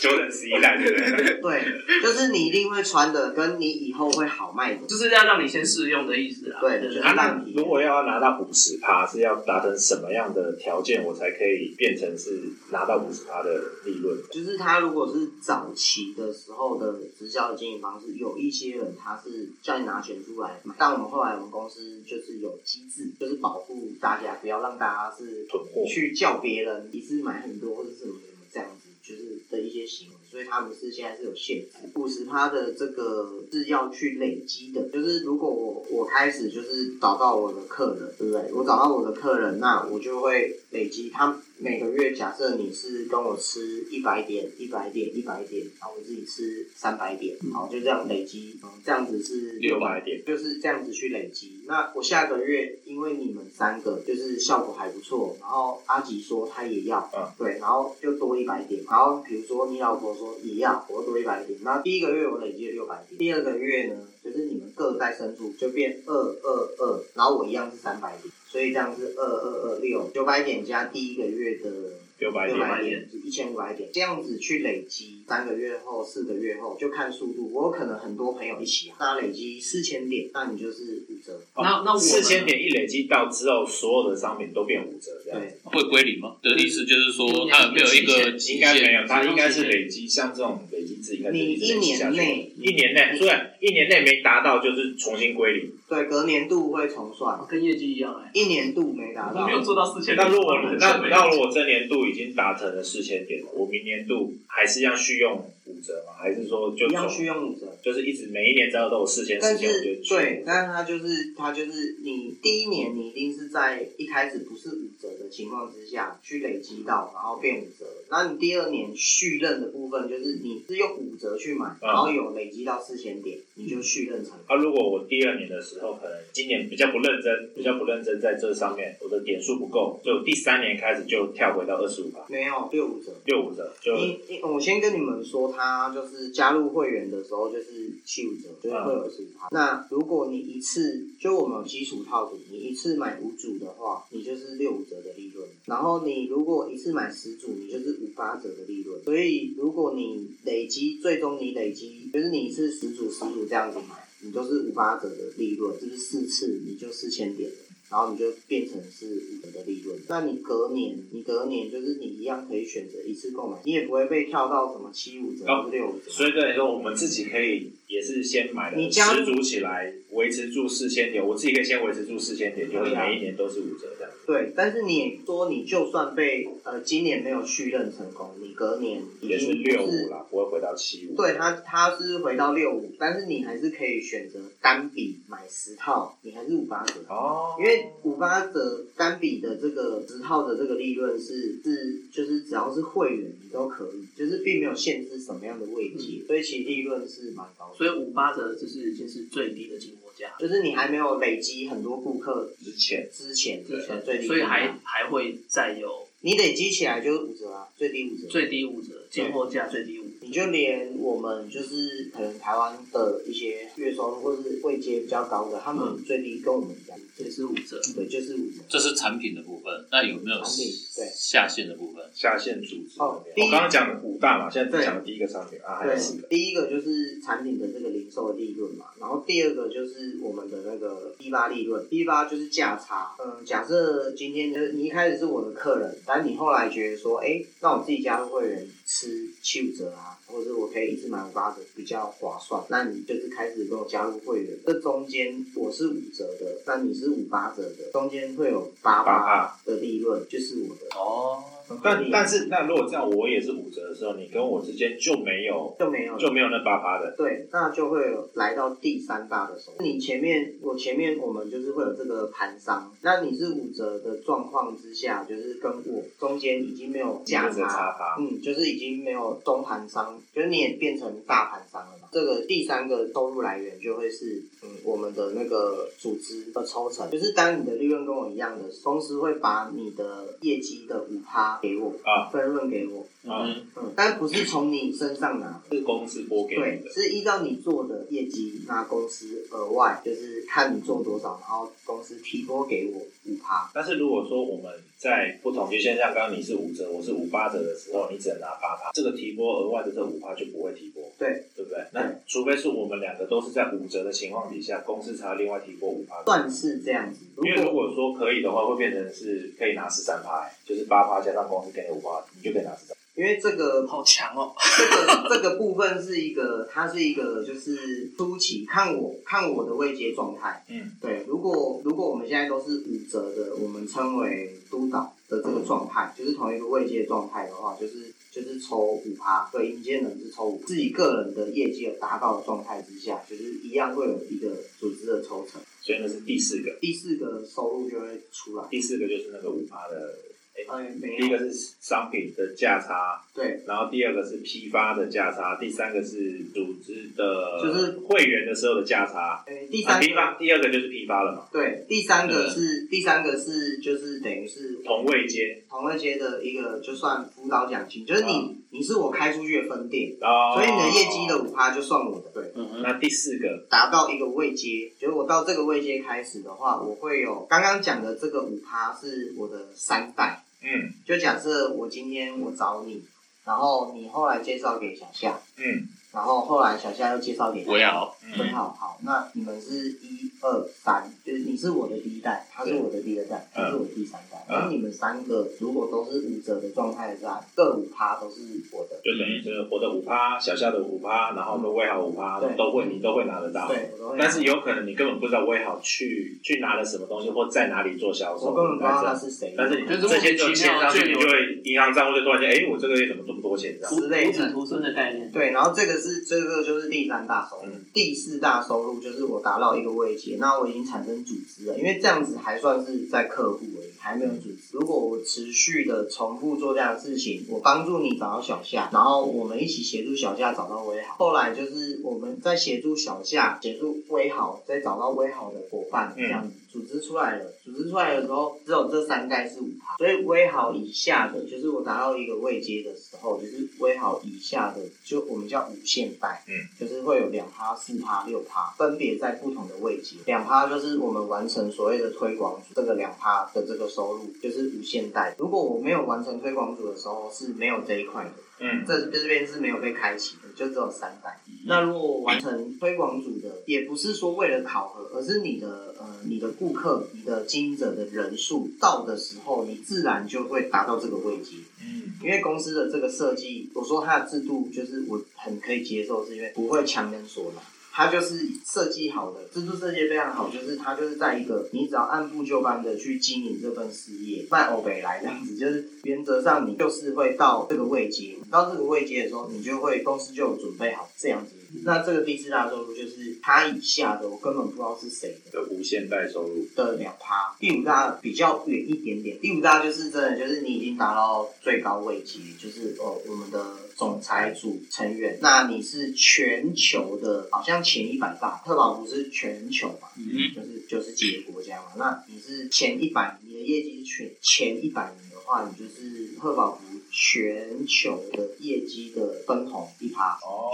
Speaker 2: 九等十一代对不 对？
Speaker 4: 对，就是你一定会穿的，跟你以后会好卖的，
Speaker 1: 就是要让你先试用的意思啦。
Speaker 4: 对
Speaker 1: 对
Speaker 4: 就是
Speaker 1: 对
Speaker 2: 啊，
Speaker 4: 让
Speaker 1: 对
Speaker 2: 那如果要拿到五十趴，是要达成什么样的条件，我才可以变成是拿到五十趴的利润？
Speaker 4: 就是他如果是早期的时候的直销的经营方式，有一些人他是叫你拿钱出来买，但我们后来我们公司就是有机制，就是保护大家，不要让大家是
Speaker 2: 囤货
Speaker 4: 去叫别人一次买很多或者什么什么这样子，就是的一些行为，所以他们是现在是有限制，五十趴的这个是要去累积的，就是如果我我开始就是找到我的客人，对不对？我找到我的客人，那我就会累积他每个月，假设你是跟我吃一百点、一百点、一百点，然后我自己吃三百点，好，就这样累积，嗯这样子是
Speaker 2: 六百点，
Speaker 4: 就是这样子去累积。那我下个月，因为你们三个就是效果还不错，然后阿吉说他也要，
Speaker 2: 嗯
Speaker 4: 对，然后就多一百点。然后比如说你老婆说也要，我多一百点。那第一个月我累积了六百点，第二个月呢，就是你们各在深处就变二二二，然后我一样是三百点，所以这样是二二二六，九百点加第一个月的
Speaker 2: 六百
Speaker 4: 六
Speaker 2: 点，
Speaker 4: 百点，一千五百点，这样子去累积，三个月后、四个月后就看速度。我有可能很多朋友一起啊，那累积四千点，那你就是五折。
Speaker 1: 那那我们
Speaker 2: 四千点一累积到之后，所有的商品都变五折，这样
Speaker 4: 对，
Speaker 3: 会归零吗？的意思就是说，它有没有一个极
Speaker 2: 应该没有，
Speaker 3: 限？
Speaker 2: 它应该是累积，像这种累积制应该是
Speaker 4: 你
Speaker 2: 累积
Speaker 4: 一
Speaker 2: 下
Speaker 4: 年
Speaker 2: 去
Speaker 4: 内，
Speaker 2: 一年内，虽然一年内没达到，就是重新归零。
Speaker 4: 对，隔年度会重算，
Speaker 1: 跟业绩一样哎，
Speaker 4: 一年度没达
Speaker 1: 我
Speaker 4: 到
Speaker 1: 没，有做到四千。
Speaker 2: 那如果我那那如果这年度已经达成了四千点，我明年度还是要续用五折吗？还是说就
Speaker 4: 一样
Speaker 2: 从
Speaker 4: 去用五折。
Speaker 2: 就是一直每一年只要都有四千四
Speaker 4: 但
Speaker 2: 千，我就是去
Speaker 4: 对，但是它就是它就是你第一年你一定是在一开始不是五折的情况之下去累积到，然后变五折。那你第二年续认的部分就是你是用五折去买，然后有累积到四千点，你就续认成功。
Speaker 2: 啊，如果我第二年的时候，可能今年比较不认真，比较不认真在这上面，我的点数不够，所以我第三年开始就跳回到二十五吧，
Speaker 4: 没有六五折。
Speaker 2: 六五折就
Speaker 4: 你你我先跟你们说，他就是加入会员的时候就是七五折，就是会有二十趴。那如果你一次就我们有基础套组，你一次买五组的话，你就是六五折的利润。然后你如果一次买十组，你就是五八折的利润。所以如果你累积，最终你累积就是你一次十组十组这样子买，你就是五八折的利润，就是四次你就四千点了。然后你就变成是五折的利润。那你隔年，你隔年就是你一样可以选择一次购买，你也不会被跳到什么七五折
Speaker 2: 哦
Speaker 4: 或是六五折。
Speaker 2: 所以等于说，我们自己可以也是先买了
Speaker 4: 你加
Speaker 2: 十足起来，维持住四千点。我自己可以先维持住四千点，就是
Speaker 4: 对啊
Speaker 2: 每一年都是五折这样。
Speaker 4: 对，但是你也说你就算被呃今年没有续任成功，你隔年已
Speaker 2: 也
Speaker 4: 经
Speaker 2: 嗯是六五啦，不会回到七五。
Speaker 4: 对它，它是回到六五，但是你还是可以选择单笔买十套，你还是五八折。
Speaker 2: 哦，
Speaker 4: 因为五八折单笔的这个十套的这个利润是是就是只要是会员你都可以，就是并没有限制什么样的位
Speaker 1: 嗯
Speaker 4: 阶，所以其实利润是蛮高的。
Speaker 1: 所以五八折就是已经是最低的进货价，
Speaker 4: 就是你还没有累积很多顾客
Speaker 2: 之前
Speaker 4: 之前，
Speaker 1: 之前
Speaker 4: 最低
Speaker 1: 所以
Speaker 4: 五折
Speaker 1: 还还会再有
Speaker 4: 你累积起来就是五折啊，最低五折。
Speaker 1: 最低五折，进货价最低五折。
Speaker 4: 你就连我们就是可能台湾的一些月收入或是位阶比较高的，他
Speaker 1: 嗯
Speaker 4: 们最低跟我们一样，
Speaker 1: 也
Speaker 4: 就是
Speaker 1: 是五折，
Speaker 4: 对，就是五折。
Speaker 3: 这是产品的部分，那有没有
Speaker 4: 产品对
Speaker 3: 下线的部分？
Speaker 2: 下线组织
Speaker 4: 哦
Speaker 2: 里面，我刚刚讲的五大嘛，现在
Speaker 4: 对
Speaker 2: 讲的第一个商品啊，还有四个
Speaker 4: 对，第一个就是产品的这个零售利润嘛，然后第二个就是我们的那个批发利润，批发就是价差。嗯，假设今天就是你一开始是我的客人，但你后来觉得说，哎，那我自己加入会员吃七五折啊，或者是我可以一次买五八折比较划算，那你就是开始跟我加入会员，这中间我是五折的，那你是五八折的，中间会有八
Speaker 2: 八
Speaker 4: 八
Speaker 2: 趴。
Speaker 4: 的利润，就是我的。
Speaker 1: 哦，
Speaker 2: 但但是那如果这样，我也是五折的时候，你跟我之间就没有
Speaker 4: 就没有了
Speaker 2: 就没有那八趴的，
Speaker 4: 对，那就会有来到第三大的收入。你前面，我前面我们就是会有这个盘商，那你是五折的状况之下，就是跟我中间已经没有
Speaker 2: 你
Speaker 4: 价
Speaker 2: 就是
Speaker 4: 差，
Speaker 2: 差趴。
Speaker 4: 嗯，就是已经没有中盘商，就是你也变成大盘商了嘛。这个第三个收入来源就会是，嗯，我们的那个组织的抽成，就是当你的利润跟我一样的，公司会把你的业绩的五趴给我
Speaker 2: 啊
Speaker 4: 分润给我，
Speaker 2: 嗯，
Speaker 4: 嗯，但不是从你身上拿。
Speaker 2: 是公司拨给你
Speaker 4: 对，
Speaker 2: 的。
Speaker 4: 是依照你做的业绩，那公司额外就是看你做多少，然后公司提拨给我五趴。
Speaker 2: 但是如果说我们在不同，就像像刚刚你是五折，我是五八折的时候，你只能拿八趴，这个提拨额外的这五趴就不会提拨，
Speaker 4: 对，
Speaker 2: 对不对？那除非是我们两个都是在五折的情况底下，公司才要另外提拨五趴。
Speaker 4: 算是这样子。如
Speaker 2: 因为如
Speaker 4: 果
Speaker 2: 果说可以的话，会变成是可以拿十三趴，就是八趴加上公司给你五趴，你就可以拿十三。
Speaker 4: 因为这个
Speaker 1: 好强哦！
Speaker 4: 这个这个部分是一个，它是一个就是初期看我看我的位阶状态。
Speaker 2: 嗯，
Speaker 4: 对，如果如果我们现在都是五折的，我们称为督导的这个状态，就是同一个位阶状态的话，就是就是抽五趴，对，引荐人是抽五，自己个人的业绩有达到的状态之下，就是一样会有一个组织的抽成。
Speaker 2: 所以那是第四个，
Speaker 4: 第四个收入就会出来，
Speaker 2: 第四个就是那个五趴的。
Speaker 4: 呃，没
Speaker 2: 第一
Speaker 4: 有，
Speaker 2: 个是商品的价差，
Speaker 4: 对，
Speaker 2: 然后第二个是批发的价差，第三个是组织的，
Speaker 4: 就是
Speaker 2: 会员的时候的价差。
Speaker 4: 呃，第
Speaker 2: 啊
Speaker 4: 三
Speaker 2: 批发
Speaker 4: 个，
Speaker 2: 第二个就是批发了嘛，
Speaker 4: 对，第三个
Speaker 3: 对
Speaker 4: 是第三个是就是等于是
Speaker 2: 同位接，
Speaker 4: 同乐街的一个就算辅导奖金，就是你、你是我开出去的分店，
Speaker 2: 然后
Speaker 4: 所以你的业绩的。五趴就算我的，对，
Speaker 1: 嗯
Speaker 2: 哦那第四个
Speaker 4: 达到一个位阶，就是我到这个位阶开始的话，我会有刚刚讲的这个五趴是我的三代，
Speaker 2: 嗯
Speaker 4: 就假设我今天我找你，然后你后来介绍给小夏，
Speaker 2: 嗯
Speaker 4: 然后后来小夏又介绍给他
Speaker 3: 我也好，
Speaker 4: 对，
Speaker 2: 嗯，
Speaker 4: 好好，那你们是一二三，就是你是我的第一代，他是我的第二代，
Speaker 2: 嗯
Speaker 4: 他是我的第三代。
Speaker 2: 嗯
Speaker 4: 然后你们三个如果都是五折的状态下，各五趴都是我的，
Speaker 2: 就等于就是我的五趴，小夏的五趴，然后跟威豪五趴
Speaker 4: 对
Speaker 2: 都会，你都会拿得到。
Speaker 4: 对，我都会拿
Speaker 2: 但是有可能你根本不知道威豪去去拿了什么东西，或在哪里做销
Speaker 4: 我
Speaker 2: 售。
Speaker 4: 根本不知道他
Speaker 2: 但是
Speaker 4: 是谁，
Speaker 2: 但是你
Speaker 1: 就是
Speaker 2: 这些就
Speaker 1: 莫名其
Speaker 2: 签
Speaker 1: 妙
Speaker 2: 上去，
Speaker 1: 就
Speaker 2: 你
Speaker 1: 有
Speaker 2: 就会银行账户就突然间，哎，我这个月怎么这么多钱？这样
Speaker 4: 之类
Speaker 1: 徒子
Speaker 4: 的。
Speaker 1: 徒孙的概念，
Speaker 4: 对，然后这个是这个就是第三大收入，
Speaker 2: 嗯
Speaker 4: 第四大收入就是我达到一个位阶，那我已经产生组织了，因为这样子还算是在客户而已，还没有组织。如果我持续的重复做这样的事情，我帮助你找到小夏，然后我们一起协助小夏找到威豪，后来就是我们在协助小夏、协助威豪，再找到威豪的伙伴，这样子组织出来了。组织出来的时候，只有这三代是五趴，所以威豪以下的，就是我达到一个位阶的时候，就是威豪以下的，就我们叫无限代，
Speaker 2: 嗯，
Speaker 4: 就是会有两趴、四趴、六趴，分别在不同的位阶。两趴就是我们完成所谓的推广，这个两趴的这个收入，就是无限贷。如果我没有完成推广组的时候是没有这一块的，
Speaker 2: 嗯，
Speaker 4: 这这边是没有被开启的，就只有三代。那如果我完成推广组的，也不是说为了考核，而是你的呃你的顾客、你的经营者的人数到的时候，你自然就会达到这个位阶。
Speaker 2: 嗯，
Speaker 4: 因为公司的这个设计，我说它的制度就是我很可以接受，是因为不会强人所难。它就是设计好的，制度设计得非常好，就是它就是在一个你只要按部就班的去经营这份事业，卖欧北来这样子，就是原则上你就是会到这个位阶，到这个位阶的时候，你就会公司就有准备好这样子。那这个低次大收入就是它以下的，我根本不知道是谁的。
Speaker 2: 的无限贷收入，
Speaker 4: 的两趴，第五大比较远一点点。第五大就是真的，就是你已经达到最高位级，就是哦，我们的总裁组成员，那你是全球的，好像前一百大，特保不是全球嘛，
Speaker 3: 嗯，
Speaker 4: 就是就是几个国家嘛。那你是前一百，你的业绩是全前一百名的话，你就是贺宝福全球的业绩的分红一趴，
Speaker 2: 哦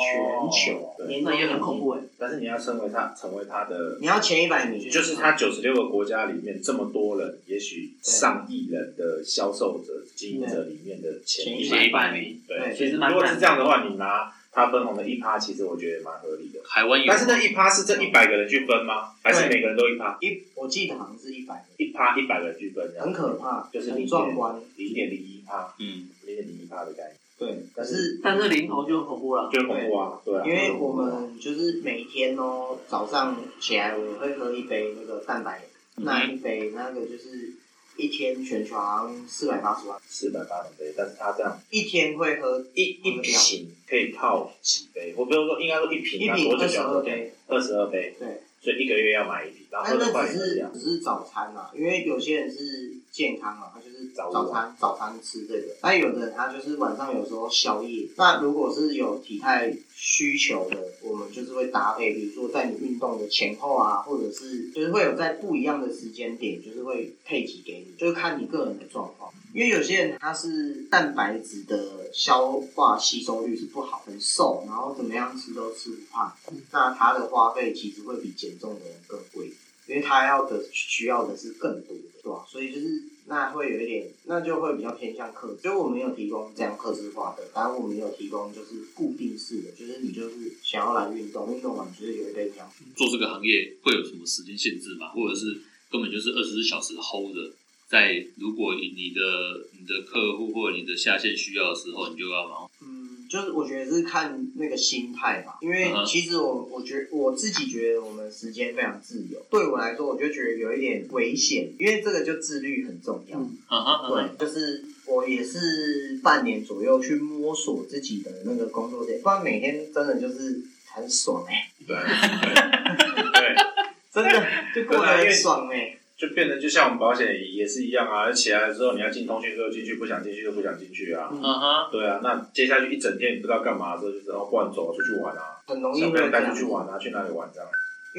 Speaker 4: 全球
Speaker 2: 对，
Speaker 4: 年
Speaker 1: 那也很恐怖哎、
Speaker 2: 但是你要成为他，成为他的，
Speaker 4: 你要前一百名，
Speaker 2: 就是他九十六个国家里面这么多人，也许上亿人的销售者、经营者里面的
Speaker 3: 嗯
Speaker 2: 前
Speaker 4: 前
Speaker 2: 一
Speaker 4: 一百
Speaker 2: 百。
Speaker 1: 一百名，
Speaker 2: 对，
Speaker 4: 对
Speaker 2: 其实如果是这样的话，你拿他分红的一趴，其实我觉得蛮合理的。
Speaker 3: 台湾有，
Speaker 2: 但是那一趴是这一百个人去分吗？还是每个人都一趴？
Speaker 4: 一，我记得好像是一百
Speaker 2: 一趴一百个人去分，
Speaker 4: 名，很可，怕，
Speaker 2: 就是
Speaker 4: 很
Speaker 2: 零
Speaker 4: 壮
Speaker 2: 点
Speaker 4: 观。
Speaker 2: 零点零一趴，
Speaker 3: 嗯，
Speaker 2: 零点零一趴的概念，
Speaker 4: 对，可是
Speaker 1: 但是零头就很恐怖了。
Speaker 2: 就很恐怖啊，对啊，
Speaker 4: 因为我们就是每天哦，早上起来我会喝一杯那个蛋白，那一杯那个就是一天全球好像四百八十万，
Speaker 2: 四百八十杯，但是他这样
Speaker 4: 一天会喝
Speaker 2: 一一瓶可以泡几杯？我不用说，应该说一瓶
Speaker 4: 一
Speaker 2: 啊
Speaker 4: 瓶
Speaker 2: 多久
Speaker 4: 二十
Speaker 2: 就
Speaker 4: 二
Speaker 2: 喝？
Speaker 4: 杯，
Speaker 2: 二十二杯，
Speaker 4: 对，
Speaker 2: 所以一个月要买一瓶，然后
Speaker 4: 但
Speaker 2: 喝的
Speaker 4: 那
Speaker 2: 快也是
Speaker 4: 只
Speaker 2: 这
Speaker 4: 是
Speaker 2: 样。
Speaker 4: 只是早餐啊，因为有些人是健康嘛，他就是
Speaker 2: 早
Speaker 4: 早餐早餐吃这个，那有的人他就是晚上有时候宵夜。那如果是有体态需求的，我们就是会搭配，比如说在你运动的前后啊，或者是就是会有在不一样的时间点，就是会配给给你，就是看你个人的状况。因为有些人他是蛋白质的消化吸收率是不好，很瘦，然后怎么样吃都吃不胖，那他的花费其实会比减重的人更贵。因为他要的需要的是更多的，对吧？所以就是那会有一点，那就会比较偏向客，所以我们有提供这样客制化的，然后我们有提供就是固定式的，就是你就是想要来运动，运动完就是有一杯这样，
Speaker 3: 做这个行业会有什么时间限制吗？或者是根本就是二十四小时 hold 着，在如果你的你的客户或者你的下线需要的时候，你就要马上
Speaker 4: 嗯，就是我觉得是看那个心态吧，因为
Speaker 3: 嗯哼
Speaker 4: 其实我我觉我自己觉得我们时间非常自由，对我来说我就觉得有一点危险，因为这个就自律很重要，
Speaker 1: 嗯
Speaker 3: 啊哈，啊哈
Speaker 4: 对，就是我也是半年左右去摸索自己的那个工作点，不然每天真的就是很爽哎、
Speaker 2: 对，对，
Speaker 4: 真的就过得很爽哎、
Speaker 2: 就变成就像我们保险也是一样啊，起来的时候你要进通讯就进去，不想进去就不想进去啊。
Speaker 4: 嗯
Speaker 3: 啊哈，
Speaker 2: 对啊，那接下去一整天你不知道干嘛的时候，就是然后不然走出去玩啊，
Speaker 4: 很容易
Speaker 2: 想
Speaker 4: 会
Speaker 2: 不想
Speaker 4: 这
Speaker 2: 带
Speaker 4: 样
Speaker 2: 出去，玩啊，去哪里玩这样。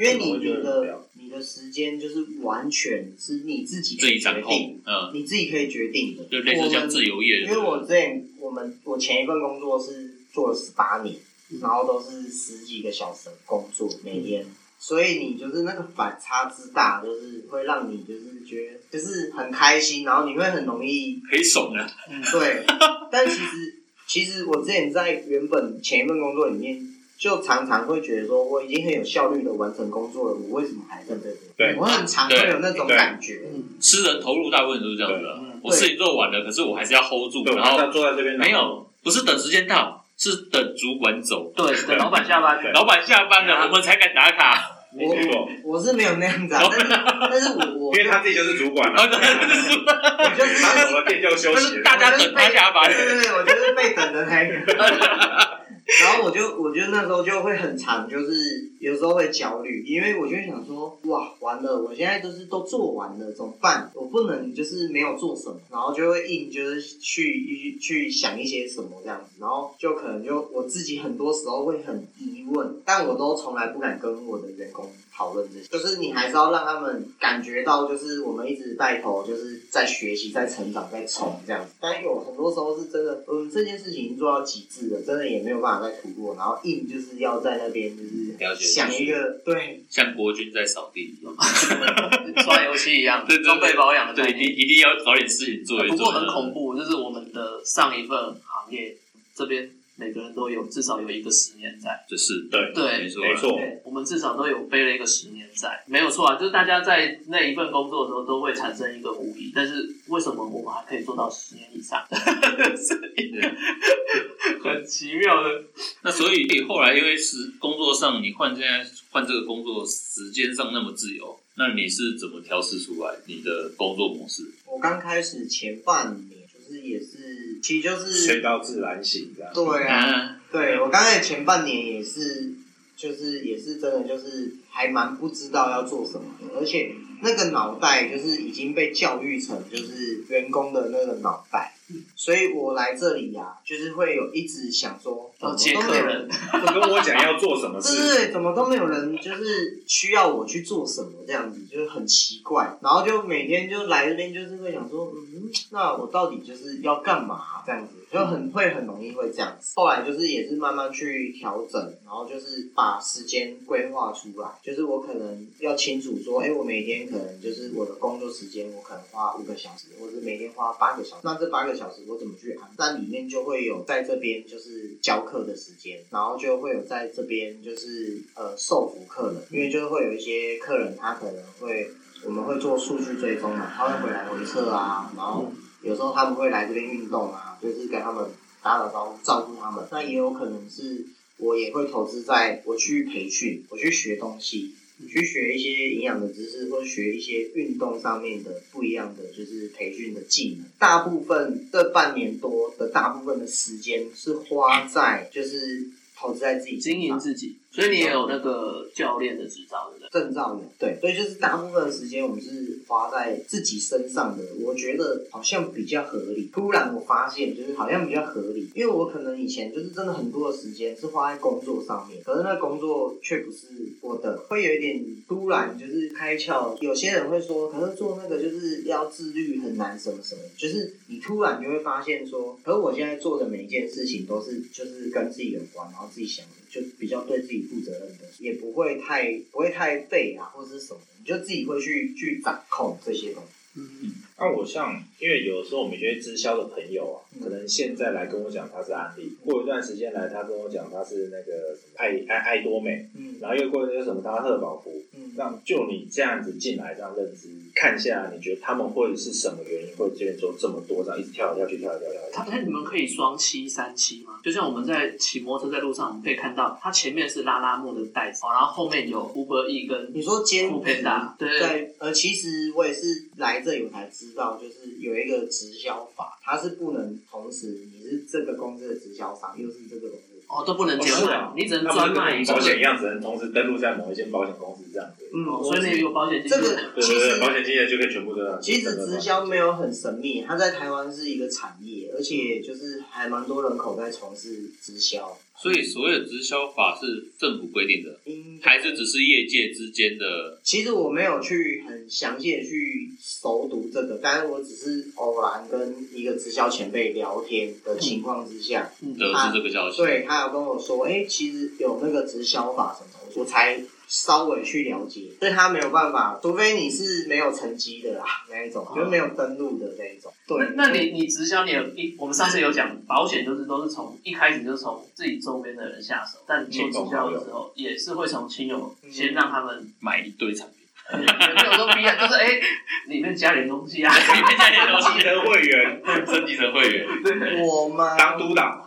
Speaker 4: 因为你
Speaker 2: 我觉得
Speaker 4: 你
Speaker 2: 很无聊
Speaker 4: 的你的时间就是完全是你自己
Speaker 3: 自己掌
Speaker 4: 决定，
Speaker 3: 控，嗯，
Speaker 4: 你自己可以决定的。
Speaker 3: 就类似像自由业
Speaker 4: 因
Speaker 3: 的，
Speaker 4: 为我之前我们我前一份工作是做了十八年，
Speaker 2: 嗯
Speaker 4: 然后都是十几个小时的工作每天，所以你就是那个反差之大，就是会让你就是觉得就是很开心，然后你会很容易
Speaker 3: 可以怂了，
Speaker 1: 嗯
Speaker 4: 对，但其实其实我之前在原本前一份工作里面。就常常会觉得说，我已经很有效率的完成工作了，我为什么还在这里？
Speaker 2: 对
Speaker 4: 我很常会有那种
Speaker 2: 对
Speaker 4: 感觉。
Speaker 1: 嗯，
Speaker 3: 私人投入大部分都是这样子的
Speaker 1: 嗯。
Speaker 3: 我事情做完了，可是我还是要 hold 住，
Speaker 2: 对，我
Speaker 3: 嗯然
Speaker 2: 还是
Speaker 3: 后
Speaker 2: 要坐在这边
Speaker 3: 没有，不是等时间到，是等主管走，
Speaker 1: 对，等老板下班
Speaker 2: 对
Speaker 1: 了，
Speaker 3: 老板下班
Speaker 1: 啊
Speaker 3: 了，我们才敢打卡。
Speaker 2: 没错，
Speaker 4: 我是没有那样子啊，但是但是我我
Speaker 2: 因为他自己就是主管
Speaker 3: 然后
Speaker 2: 啊，
Speaker 3: 就是
Speaker 4: 我就是
Speaker 2: 他走了店就休
Speaker 3: 嗯就
Speaker 2: 息
Speaker 3: 是
Speaker 2: 了。
Speaker 3: 大家等他下班
Speaker 4: 对。对对，我就是被等的那一个。然后我就我就那时候就会很长，就是有时候会焦虑，因为我就会想说，哇，完了，我现在就是都做完了，怎么办？我不能就是没有做什么，然后就会硬就是去去想一些什么这样子，然后就可能就我自己很多时候会很疑问，但我都从来不敢跟我的员工讨论这些，就是你还是要让他们感觉到，就是我们一直带头，就是在学习、在成长、在冲这样子。但有很多时候是真的，嗯，这件事情已经做到极致了，真的也没有办法再在吐落，然后硬就是要在那边就是
Speaker 3: 了解
Speaker 4: 想一个对，
Speaker 3: 像国军在扫地一样，
Speaker 1: 刷油漆一样
Speaker 3: 对对，对
Speaker 1: 装备保养的概
Speaker 3: 对，一
Speaker 1: 念。
Speaker 3: 定一定要找点事情做一做。
Speaker 1: 啊不过很恐怖，就是我们的上一份行业这边每个人都有至少有一个十年在，
Speaker 3: 就是
Speaker 2: 对
Speaker 1: 对
Speaker 3: 没错
Speaker 2: 没错，
Speaker 1: 我们至少都有背了一个十年在，没有错啊。就是大家在那一份工作的时候都会产生一个无疑，但是为什么我们还可以做到十年以上？ 是一个很奇妙的。
Speaker 3: 那所以后来因为是工作上，你换现在换这个工作时间上那么自由，那你是怎么调试出来你的工作模式？
Speaker 4: 我刚开始前半年就是也是，其实就
Speaker 2: 睡
Speaker 4: 是
Speaker 2: 到自然醒这样。
Speaker 4: 对啊，
Speaker 3: 啊，
Speaker 4: 对我刚开始前半年也是，就是也是真的就是还蛮不知道要做什么的，而且那个脑袋就是已经被教育成就是员工的那个脑袋。
Speaker 1: 嗯
Speaker 4: 所以我来这里呀、就是会有一直想说，怎
Speaker 1: 要
Speaker 4: 么
Speaker 1: 接
Speaker 4: 都
Speaker 1: 客
Speaker 4: 没有
Speaker 1: 人，
Speaker 2: 跟我讲要做什么
Speaker 4: 就
Speaker 2: 事，
Speaker 4: 是怎么都没有人，就是需要我去做什么这样子，就是很奇怪。然后就每天就来这边，就是会想说，嗯，那我到底就是要干嘛啊这样子，就
Speaker 2: 嗯
Speaker 4: 很会很容易会这样子。后来就是也是慢慢去调整，然后就是把时间规划出来，就是我可能要清楚说，哎、我每天可能就是我的工作时间，我可能花五个小时，或者每天花八个小时。那这八个小时我怎么去安？那里面就会有在这边就是教课的时间，然后就会有在这边就是呃受服客人，因为就是会有一些客人他可能会我们会做数据追踪嘛，他会回来回测啊，然后有时候他们会来这边运动啊，就是跟他们打打招呼，照顾他们。那也有可能是我也会投资在我去培训，我去学东西，去学一些营养的知识，或学一些运动上面的不一样的就是培训的技能。大部分这半年多的大部分的时间是花在就是投资在自己身
Speaker 1: 经营
Speaker 4: 上
Speaker 1: 自己，所以你也有那个教练的执照，对不对？
Speaker 4: 证照的，对，所以就是大部分的时间我们是花在自己身上的，我觉得好像比较合理。突然我发现，就是好像比较合理，因为我可能以前就是真的很多的时间是花在工作上面，可是那工作却不是我的，会有一点突然就是开窍。有些人会说，可是做那个就是要自律很难，什么什么，就是你突然就会发现说，可是我现在做的每一件事情都是就是跟自己有关，然后自己想的，就比较对自己负责任的，也不会太不会太背啊或者是什么，你就自己会去去掌控这些东西。
Speaker 2: 嗯
Speaker 1: 嗯
Speaker 2: 那我像，因为有时候我们一些直销的朋友啊，
Speaker 4: 嗯
Speaker 2: 可能现在来跟我讲他是安利，过一段时间来他跟我讲他是那个什么爱爱爱多美，
Speaker 4: 嗯
Speaker 2: 然后又过一段时间什么他赫宝福，
Speaker 4: 嗯
Speaker 2: 那就你这样子进来这样认知看下来，你觉得他们会是什么原因会这边做这么多，这样一直跳来跳去，跳来跳去跳来
Speaker 1: 他
Speaker 2: 跳去？
Speaker 1: 那你们可以双七三七吗？就像我们在骑摩托车在路上，我们可以看到它前面是拉拉木的袋子，哦然后后面有 Uber E 跟
Speaker 4: 你说兼职
Speaker 1: Foodpanda，对
Speaker 4: 对，呃，其实我也是来这里我才知道，就是有一个直销法，它是不能同时你是这个公司的直销商，又是这个公司的直销商。
Speaker 1: 哦都不能兼
Speaker 2: 哦是
Speaker 1: 卖
Speaker 2: 啊，
Speaker 1: 你只能
Speaker 2: 他
Speaker 1: 专
Speaker 2: 们
Speaker 1: 卖一
Speaker 2: 跟
Speaker 1: 个。
Speaker 2: 保险一样，只能同时登录在某一间保险公司这样子。
Speaker 4: 嗯，
Speaker 1: 哦
Speaker 4: 我
Speaker 1: 所以那个有保险
Speaker 4: 这
Speaker 1: 金。
Speaker 4: 个
Speaker 2: 对
Speaker 4: 其
Speaker 2: 对对，
Speaker 4: 实
Speaker 2: 保险经纪人就可以全部都让
Speaker 4: 其实直销没有很神秘，它在台湾是一个产业，而且就是还蛮多人口在从事直销。
Speaker 3: 所以所有直销法是政府规定的，
Speaker 4: 应
Speaker 3: 还是只是业界之间的？
Speaker 4: 其实我没有去很详细的去熟读这个，但是我只是偶然跟一个直销前辈聊天的
Speaker 1: 嗯
Speaker 4: 情况之下，
Speaker 3: 得知这个消息，
Speaker 4: 对，他有跟我说，哎、其实有那个直销法什么的，我才稍微去了解。所以他没有办法，除非你是没有成绩的啦那一种，就没有登录的那一种。对，
Speaker 1: 哦那那你你直销你有一，我们上次有讲保险就是都是从一开始就是从自己周边的人下手，但你做直销的时候也是会从亲友
Speaker 4: 嗯
Speaker 1: 先让他们哎
Speaker 3: 买一堆产品，
Speaker 1: 没有说逼啊，就是哎里面加点东西啊，
Speaker 3: 里面加点东
Speaker 2: 基
Speaker 3: 西，
Speaker 2: 层会员
Speaker 3: 升级成会员。
Speaker 4: 我吗？
Speaker 2: 当督导。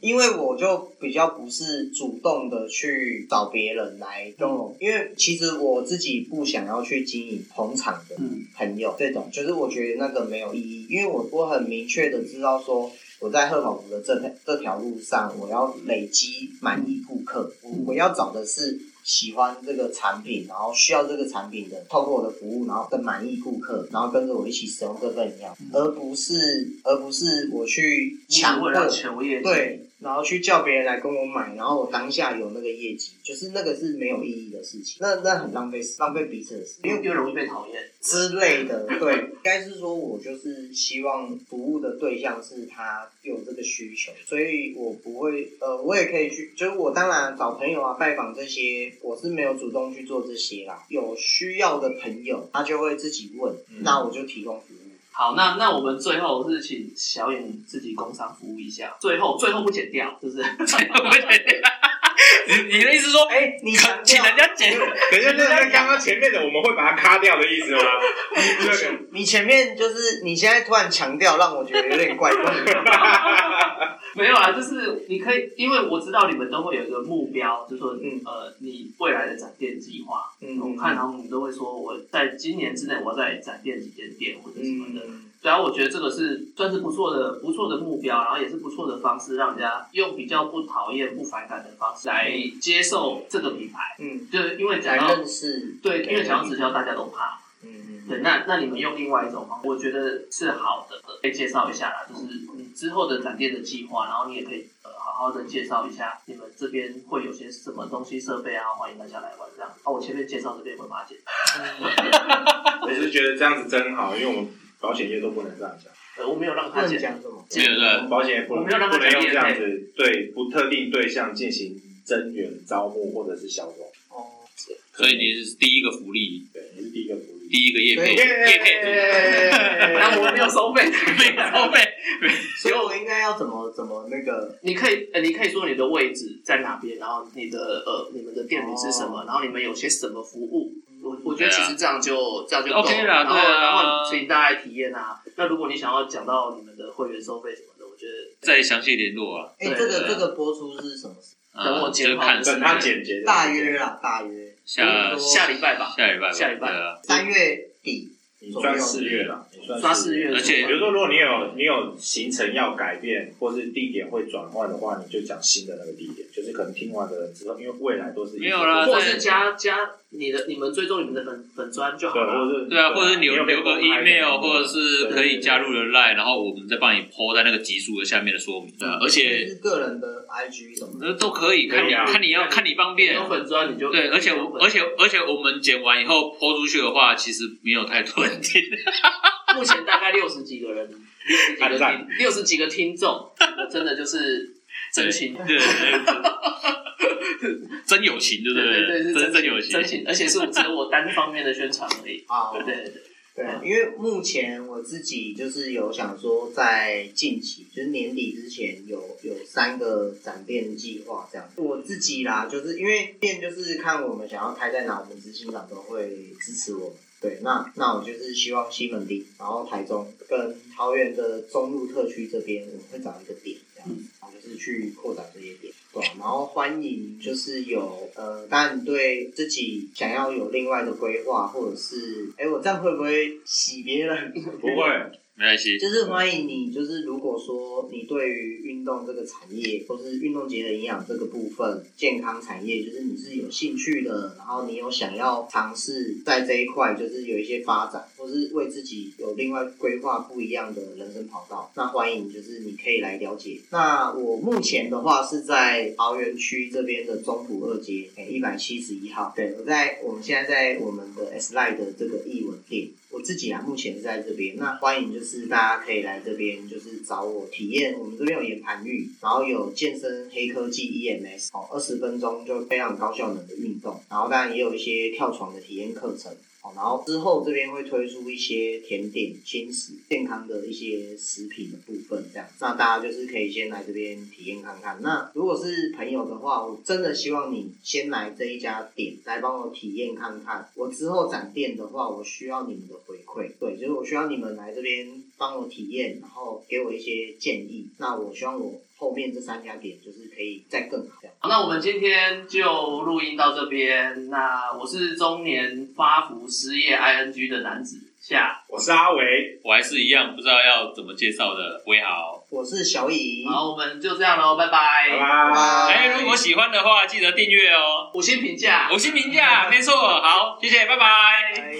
Speaker 4: 因为我就比较不是主动的去找别人来跟
Speaker 1: 嗯
Speaker 4: 我，因为其实我自己不想要去经营捧场的
Speaker 1: 嗯
Speaker 4: 朋友这种，就是我觉得那个没有意义，因为我我很明确的知道说。我在贺宝福的这条这条路上，我要累积满意顾客，我
Speaker 1: 嗯
Speaker 4: 我要找的是喜欢这个产品，然后需要这个产品的，透过我的服务，然后更满意顾客，然后跟着我一起使用这份营养，而不是而不是我去
Speaker 1: 嗯你只
Speaker 4: 强
Speaker 1: 为
Speaker 4: 迫
Speaker 1: 了求业绩
Speaker 4: 对，然后去叫别人来跟我买，然后我当下有那个业绩，就是那个是没有意义的事情，那那很浪费时浪费彼此的时
Speaker 1: 因为
Speaker 4: 间
Speaker 1: 又容易被讨厌。
Speaker 4: 之类的。对，应该是说我就是希望服务的对象是他有这个需求，所以我不会呃，我也可以去，就是我当然找朋友啊拜访这些，我是没有主动去做这些啦。有需要的朋友，他就会自己问，
Speaker 2: 嗯
Speaker 4: 那我就提供服务。
Speaker 1: 好，那那我们最后是请小颖自己工商服务一下，最后最后不剪掉，是不 是？
Speaker 3: 你你的意思说，
Speaker 4: 哎、你 强
Speaker 3: 请
Speaker 4: 调
Speaker 3: 人家剪，
Speaker 2: 等一下，那那刚刚前面的我们会把它卡掉的意 思吗？这个
Speaker 4: 你前面就是你现在突然强调，让我觉得有点怪怪。
Speaker 1: 没有啊，就是你可以，因为我知道你们都会有一个目标，就是说，
Speaker 4: 嗯
Speaker 1: 呃，你未来的展店计划，
Speaker 4: 嗯
Speaker 1: 我看他们都会说，我在今年之内我要再展店几间店或者什么的。
Speaker 4: 嗯，
Speaker 1: 对啊，我觉得这个是算是不错的、不错的目标，然后也是不错的方式，让人家用比较不讨厌、不反感的方式来接受这个品牌。
Speaker 4: 嗯，
Speaker 1: 就是因为讲
Speaker 4: 来
Speaker 1: 到
Speaker 4: 认识，
Speaker 1: 对，因为讲到直销，大家都怕。
Speaker 4: 嗯
Speaker 1: 对，那那你们用另外一种方法，我觉得是好的，可以介绍一下啦，就是你之后的展店的计划，然后你也可以呃好好的介绍一下你们这边会有些什么东西设备啊，欢迎大家来玩这样。哦，我前面介绍这边会把它剪，
Speaker 2: 我是觉得这样子真好，因为我们保险业都不能这样讲，
Speaker 1: 呃，我没有让
Speaker 4: 不
Speaker 1: 他
Speaker 4: 能
Speaker 1: 剪，
Speaker 4: 讲什么，
Speaker 3: 没有对，
Speaker 2: 保险业不
Speaker 1: 我
Speaker 2: 能
Speaker 1: 没有让他
Speaker 2: 不能
Speaker 1: 讲
Speaker 2: 用
Speaker 1: 业
Speaker 2: 这
Speaker 1: 配
Speaker 2: 样子对不特定对象进行增援、招募或者是销售。
Speaker 4: 哦，
Speaker 3: 所以你是第一个福利，
Speaker 2: 对，你是第一个福利。
Speaker 3: 第一个业配，
Speaker 4: 对
Speaker 3: 业配
Speaker 1: 然后我没有收费，
Speaker 3: 没有收费，
Speaker 4: 所以我应该要怎么怎么那个，
Speaker 1: 你可以、呃，你可以说你的位置在哪边，然后你的呃，你们的店名是什
Speaker 3: 哦
Speaker 1: 么，然后你们有些什么服务。我我觉得其实这样就、这样就够
Speaker 3: 啊 OK 啦
Speaker 1: 然后、
Speaker 3: 对啊
Speaker 1: 然后请大家来体验啊。那如果你想要讲到你们的会员收费什么的，我觉得
Speaker 3: 再详细联络啊。
Speaker 4: 哎、
Speaker 1: 对
Speaker 4: 这个
Speaker 3: 对
Speaker 4: 这个播出是什么时间？
Speaker 3: 嗯
Speaker 1: 等我剪
Speaker 3: 就
Speaker 1: 好
Speaker 3: 看
Speaker 2: 等他简洁的
Speaker 4: 大约啦，大约
Speaker 3: 下
Speaker 1: 下礼拜吧，
Speaker 3: 下礼拜吧，
Speaker 1: 下礼拜
Speaker 3: 对啊，
Speaker 4: 三月底，
Speaker 2: 你算四月啦，你算
Speaker 1: 刷四月，
Speaker 3: 而且
Speaker 2: 比如说，如果你有你有行程要改变，或是地点会转换的话，你就讲新的那个地点，就是可能听完的人之后，因为未来都是一个
Speaker 3: 没有啦
Speaker 1: 或者是加加你的你们追踪你们的粉粉砖就好
Speaker 2: 对，或
Speaker 1: 了。
Speaker 2: 者是
Speaker 3: 对啊，或者是留
Speaker 2: 你
Speaker 3: 留
Speaker 2: 有
Speaker 3: 个
Speaker 2: 被公开的
Speaker 3: email，或者是可以加入
Speaker 2: 对对对
Speaker 3: 人 line，然后我们再帮你 po 在那个集数的下面的说明，对啊，而且
Speaker 4: 是个人的 IG 什么的，
Speaker 3: 呃都可以，看
Speaker 2: 可
Speaker 3: 你
Speaker 2: 以啊
Speaker 3: 看你要看你方便
Speaker 1: 有。粉砖你就
Speaker 3: 对，而且我而且而且我们剪完以后 po 出去的话，其实没有太多人听。
Speaker 1: 目前大概六十几个人，六十几个
Speaker 2: 按
Speaker 1: 听
Speaker 2: 赞
Speaker 1: 六十几个听众，我真的就是真情
Speaker 3: 对，对对真友情，对不
Speaker 1: 对对，是
Speaker 3: 真
Speaker 1: 真
Speaker 3: 真友情
Speaker 1: 真，情，而且是只有我单方面的宣传而已。
Speaker 4: 啊，
Speaker 1: 对对对，
Speaker 4: 对，因为目前我自己就是有想说，在近期就是年底之前有有三个展店计划这样。我自己啦，就是因为店就是看我们想要开在哪，我们执行长都会支持我们。对，那那我就是希望西门町，然后台中跟桃园的中路特区这边，我们会找一个点这样子，然后就是去扩展这些点。对啊，然后欢迎就是有呃，当然你对自己想要有另外的规划，或者是哎，我这样会不会洗别人？
Speaker 2: 不会，
Speaker 3: 没关系。
Speaker 4: 就是欢迎你，就是如果说你对于运动这个产业，或是运动结合营养这个部分，健康产业，就是你是有兴趣的，然后你有想要尝试在这一块，就是有一些发展，或是为自己有另外规划不一样的人生跑道，那欢迎就是你可以来了解。那我目前的话是在桃园区这边的中埔二街，一百七十一号。对，我在我们现在在我们的 S Line 的这个艺文店，我自己啊目前是在这边。那欢迎就是大家可以来这边，就是找我体验。我们这边有岩盘浴，然后有健身黑科技 EMS 哦，二十分钟就非常高效能的运动，然后当然也有一些跳床的体验课程。好，然后之后这边会推出一些甜点、轻食、健康的一些食品的部分，这样，那大家就是可以先来这边体验看看。那如果是朋友的话，我真的希望你先来这一家店来帮我体验看看。我之后展店的话，我需要你们的回馈，对，就是我需要你们来这边帮我体验，然后给我一些建议。那我希望我后面这三家点就是可以再更好，这样。
Speaker 1: 好，那我们今天就录音到这边。那我是中年发福失业 ing 的男子夏，
Speaker 2: 我是阿维，
Speaker 3: 我还是一样不知道要怎么介绍的，喂好。
Speaker 4: 我是小乙，
Speaker 1: 好，我们就这样喽，拜拜。
Speaker 2: 拜
Speaker 4: 拜
Speaker 2: 拜。
Speaker 3: 哎，如果喜欢的话，记得订阅哦，
Speaker 1: 五星评价。
Speaker 3: 五星评价，没错。好，谢谢，拜拜。
Speaker 4: 拜。